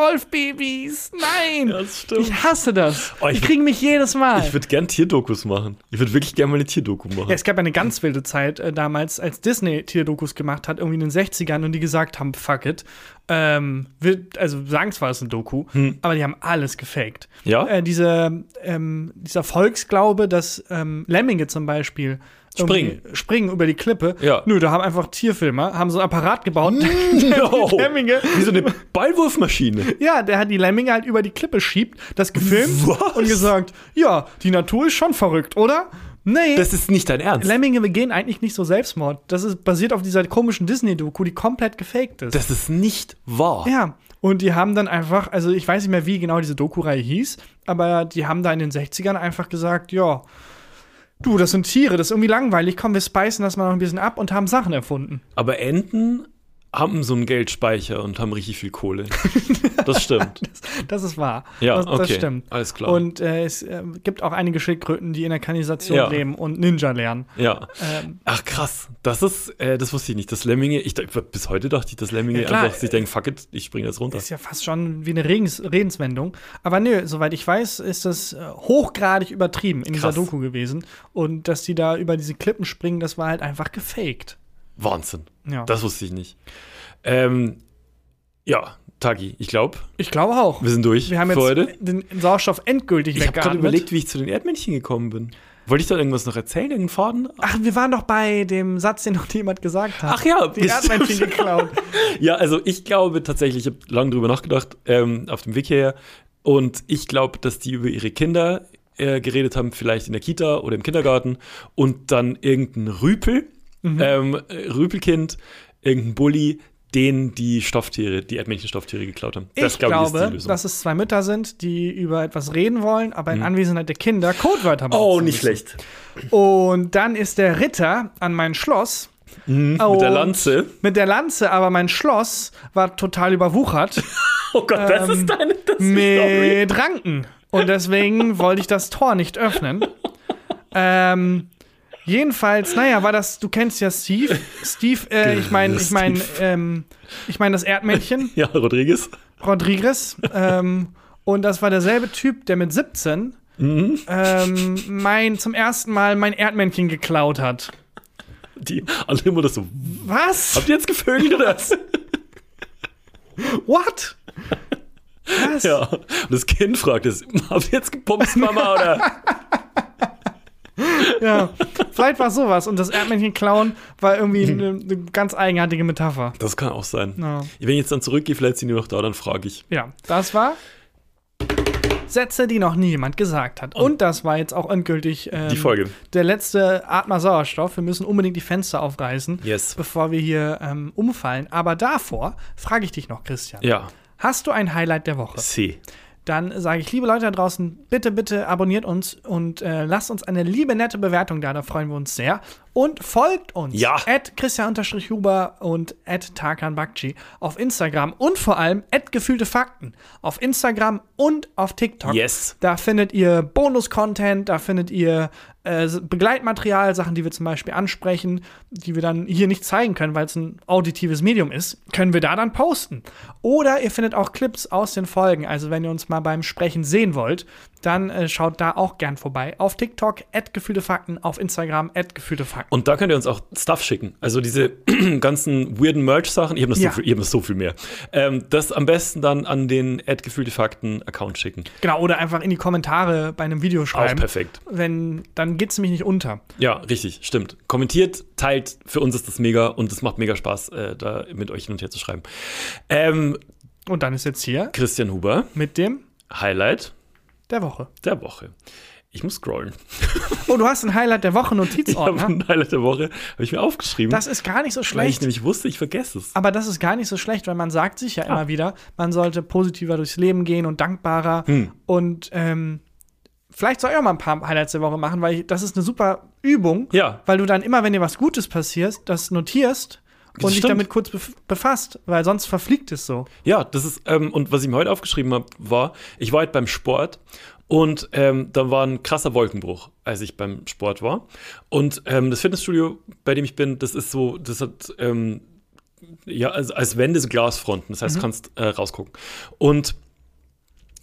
Wolfbabys, nein.
Ja, das stimmt.
Ich hasse das.
Oh, ich
ich
würd-
kriege mich jedes Mal.
Ich würde gern Tierdokus machen. Ich würde wirklich gerne mal eine Tierdoku machen.
Ja, es gab eine ganz wilde Zeit äh, damals, als Disney Tierdokus gemacht hat, irgendwie in den 60ern, und die gesagt haben, fuck it. Ähm, wir, also sagen zwar, es ist ein Doku, aber die haben alles gefaked.
Hm. Ja?
Äh, diese, ähm, dieser Volksglaube, dass ähm, Lemminge zum Beispiel irgendwie springen über die Klippe.
Ja.
Nö, da haben einfach Tierfilmer, haben so ein Apparat gebaut,
No.
die Lemminge
Wie so eine Ballwurfmaschine.
ja, der hat die Lemminge halt über die Klippe schiebt, das gefilmt
Was?
und gesagt, ja, die Natur ist schon verrückt, oder? Nee.
Das ist nicht dein Ernst.
Lemminge begehen eigentlich nicht so Selbstmord. Das ist basiert auf dieser komischen Disney-Doku, die komplett gefaked ist.
das ist nicht wahr.
ja. Und die haben dann einfach, also ich weiß nicht mehr, wie genau diese Doku-Reihe hieß, aber die haben da in den 60ern einfach gesagt, ja, du, das sind Tiere, das ist irgendwie langweilig, komm, wir spicen das mal noch ein bisschen ab und haben Sachen erfunden.
Aber Enten haben so einen Geldspeicher und haben richtig viel Kohle. Das stimmt.
Das ist wahr.
Ja,
das, das
okay.
stimmt.
Alles klar.
Und äh, es äh, gibt auch einige Schildkröten, die in der Kanalisation
Ja.
leben und Ninja lernen.
Ja.
Ähm.
Ach krass, das ist, äh, das wusste ich nicht. Das Lemminge, ich, dacht- bis heute dachte ich, dass Lemminge
Ja, klar,
einfach sich denken, fuck it, ich springe jetzt runter.
Ist ja fast schon wie eine Redens Redenswendung. Aber nö, soweit ich weiß, ist das äh, hochgradig übertrieben in dieser
Krass.
Doku gewesen. Und dass die da über diese Klippen springen, das war halt einfach gefaked.
Wahnsinn.
Ja.
Das wusste ich nicht. Ähm, ja, Tagi, ich glaube,
ich glaube auch.
wir sind durch
Wir haben jetzt
für heute.
den Sauerstoff endgültig
Ich habe gerade
weggeatmet.
überlegt, wie ich zu den Erdmännchen gekommen bin. Wollte ich da irgendwas noch erzählen, irgendeinen Faden?
Ach, wir waren doch bei dem Satz, den noch jemand gesagt hat.
Ach ja,
Die Erdmännchen
stimmt.
geklaut.
Ja, also ich glaube tatsächlich, ich habe lange drüber nachgedacht, ähm, auf dem Weg hierher. Und ich glaube, dass die über ihre Kinder äh, geredet haben, vielleicht in der Kita oder im Kindergarten. Und dann irgendein Rüpel, ähm, äh, Rüpelkind, irgendein Bulli, den die Stofftiere, die Erdmännchen-Stofftiere geklaut haben.
Ich glaube, dass es zwei Mütter sind, die über etwas reden wollen, aber in Anwesenheit der Kinder Codewörter machen.
Mhm. oh, nicht schlecht.
Und dann ist der Ritter an mein Schloss.
Mhm, Mit der
Und
Lanze.
Mit der Lanze, aber mein Schloss war total überwuchert
Oh Gott, das
Ähm,
ist deine das ist die Story.
mit Ranken. Und deswegen wollte ich das Tor nicht öffnen. Ähm, jedenfalls, naja, war das, du kennst ja Steve. Steve, äh, ich meine, ich meine, ähm, ich meine das Erdmännchen.
Ja, Rodriguez.
Rodriguez. ähm, und das war derselbe Typ, der mit 17
Mhm.
ähm, mein, zum ersten Mal mein Erdmännchen geklaut hat.
Die alle immer das so.
Was?
Habt ihr jetzt gevögelt oder?
What? Was?
Ja. Und das Kind fragt es, habt ihr jetzt gepumpt, Mama, oder?
Ja. Vielleicht war es sowas. Und das Erdmännchen klauen war irgendwie eine, eine ganz eigenartige Metapher.
Das kann auch sein.
Ja.
Wenn ich jetzt dann zurückgehe, vielleicht sind die noch da, dann frage ich.
Ja, das war Sätze, die noch nie jemand gesagt hat. Und das war jetzt auch endgültig ähm,
Die Folge.
Der letzte Atmer Sauerstoff. Wir müssen unbedingt die Fenster aufreißen,
Yes.
bevor wir hier ähm, umfallen. Aber davor frage ich dich noch, Christian.
Ja,
Hast du ein Highlight der Woche?
C.
Dann sage ich, liebe Leute da draußen, bitte, bitte abonniert uns und äh, lasst uns eine liebe, nette Bewertung da. Da freuen wir uns sehr. Und folgt uns.
Ja.
At Christian-Huber und at Tarkan Bakci auf Instagram und vor allem at Gefühlte Fakten auf Instagram und auf TikTok.
Yes.
Da findet ihr Bonus-Content, da findet ihr äh, Begleitmaterial, Sachen, die wir zum Beispiel ansprechen, die wir dann hier nicht zeigen können, weil es ein auditives Medium ist, können wir da dann posten. Oder ihr findet auch Clips aus den Folgen. Also wenn ihr uns mal beim Sprechen sehen wollt, dann äh, schaut da auch gern vorbei. Auf TikTok, gefühlte Fakten, auf Instagram, gefühlte Fakten.
Und da könnt ihr uns auch Stuff schicken. Also diese ganzen weirden Merch-Sachen. Ich habe noch, so
Ja.
viel- ich hab noch so viel mehr. Ähm, das am besten dann an den gefühlte Fakten-Account schicken.
Genau, oder einfach in die Kommentare bei einem Video
Auch
schreiben.
perfekt.
Wenn, dann geht's nämlich nicht unter.
Ja, richtig, stimmt. Kommentiert, teilt. Für uns ist das mega und es macht mega Spaß, äh, da mit euch hin und her zu schreiben. Ähm,
Und dann ist jetzt hier
Christian Huber,
mit dem
Highlight
der Woche.
der Woche. Ich muss scrollen.
Oh, du hast ein Highlight der Woche Notizordner.
Aber ein Highlight der Woche habe ich mir aufgeschrieben.
Oh, Das ist gar nicht so
weil ich
schlecht.
nämlich Ah. wusste, ich vergesse es.
Aber das ist gar nicht so schlecht, weil man sagt sich ja immer wieder, man sollte positiver durchs Leben gehen und dankbarer.
Hm.
Und ähm, vielleicht soll ich auch mal ein paar Highlights der Woche machen, weil ich, das ist eine super Übung,
Ja.
weil du dann immer, wenn dir was Gutes passiert, das notierst und dich
stimmt.
damit kurz bef befasst, weil sonst verfliegt es so.
Ja, das ist, ähm, und was ich mir heute aufgeschrieben habe, war, ich war heute beim Sport und ähm, da war ein krasser Wolkenbruch, als ich beim Sport war. Und ähm, das Fitnessstudio, bei dem ich bin, das ist so, das hat, ähm, ja, als, als Wände so Glasfronten, das heißt, du
Mhm.
kannst äh, rausgucken. Und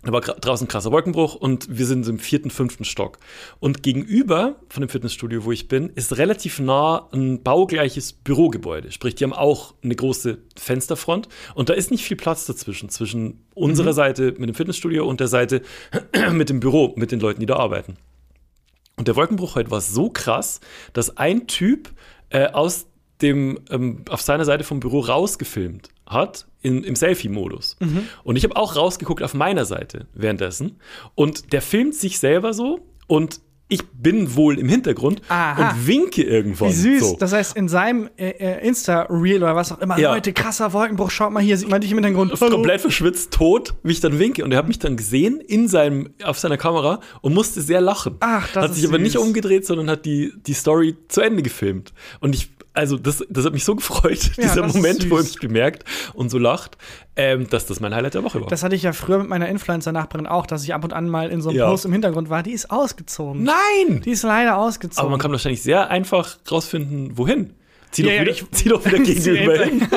da war gra- draußen krasser Wolkenbruch und wir sind so im vierten, fünften Stock. Und gegenüber von dem Fitnessstudio, wo ich bin, ist relativ nah ein baugleiches Bürogebäude. Sprich, die haben auch eine große Fensterfront und da ist nicht viel Platz dazwischen, zwischen unserer Seite mit dem Fitnessstudio und der Seite mit dem Büro, mit den Leuten, die da arbeiten. Und der Wolkenbruch heute war so krass, dass ein Typ äh, aus dem, ähm, auf seiner Seite vom Büro rausgefilmt hat, in, im Selfie-Modus.
Mhm.
Und ich habe auch rausgeguckt auf meiner Seite währenddessen. Und der filmt sich selber so und ich bin wohl im Hintergrund
Aha.
und winke irgendwann.
Wie süß.
So.
Das heißt, in seinem äh, äh, Insta-Reel oder was auch immer,
Ja.
Leute, krasser Wolkenbruch, schaut mal hier, sieht man dich im Hintergrund. Hallo.
komplett verschwitzt, tot, wie ich dann winke. Und er hat mich dann gesehen in seinem, auf seiner Kamera und musste sehr lachen.
Ach, das
Hat
ist
sich aber
süß.
nicht umgedreht, sondern hat die, die Story zu Ende gefilmt. Und ich, also das, das hat mich so gefreut,
Ja,
dieser
das ist
Moment, wo er
süß.
mich bemerkt und so lacht, ähm, dass das mein Highlight der Woche war.
Das hatte ich ja früher mit meiner Influencer-Nachbarin auch, dass ich ab und an mal in so einem
Ja.
Post im Hintergrund war. Die ist ausgezogen.
Nein!
Die ist leider ausgezogen.
Aber man kann wahrscheinlich sehr einfach rausfinden, wohin. Zieh doch,
Ja, ja,
wieder,
ich-
zieh doch wieder gegenüber hin.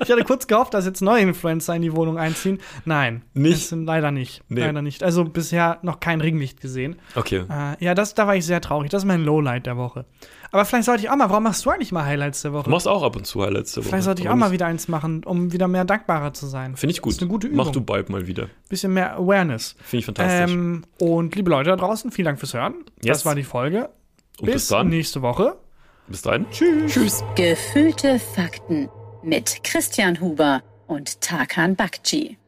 ich hatte kurz gehofft, dass jetzt neue Influencer in die Wohnung einziehen. Nein.
Nicht?
Das sind leider nicht.
Nee.
Leider nicht. Also bisher noch kein Ringlicht gesehen.
Okay.
Äh, ja, das, da war ich sehr traurig. Das ist mein Lowlight der Woche. Aber vielleicht sollte ich auch mal, warum machst du eigentlich mal Highlights der Woche?
Du machst auch ab und zu Highlights der Woche.
vielleicht sollte ich auch mal wieder eins machen, um wieder mehr dankbarer zu sein.
Finde ich gut.
Ist eine gute Übung.
Mach du bald mal wieder.
Bisschen mehr Awareness.
Finde ich fantastisch.
Ähm, und liebe Leute da draußen, vielen Dank fürs Hören.
Yes.
Das war die Folge.
und bis,
bis
dann.
nächste Woche.
Bis dahin. Tschüss. Tschüss.
Gefühlte Fakten mit Christian Huber und Tarkan Bakci.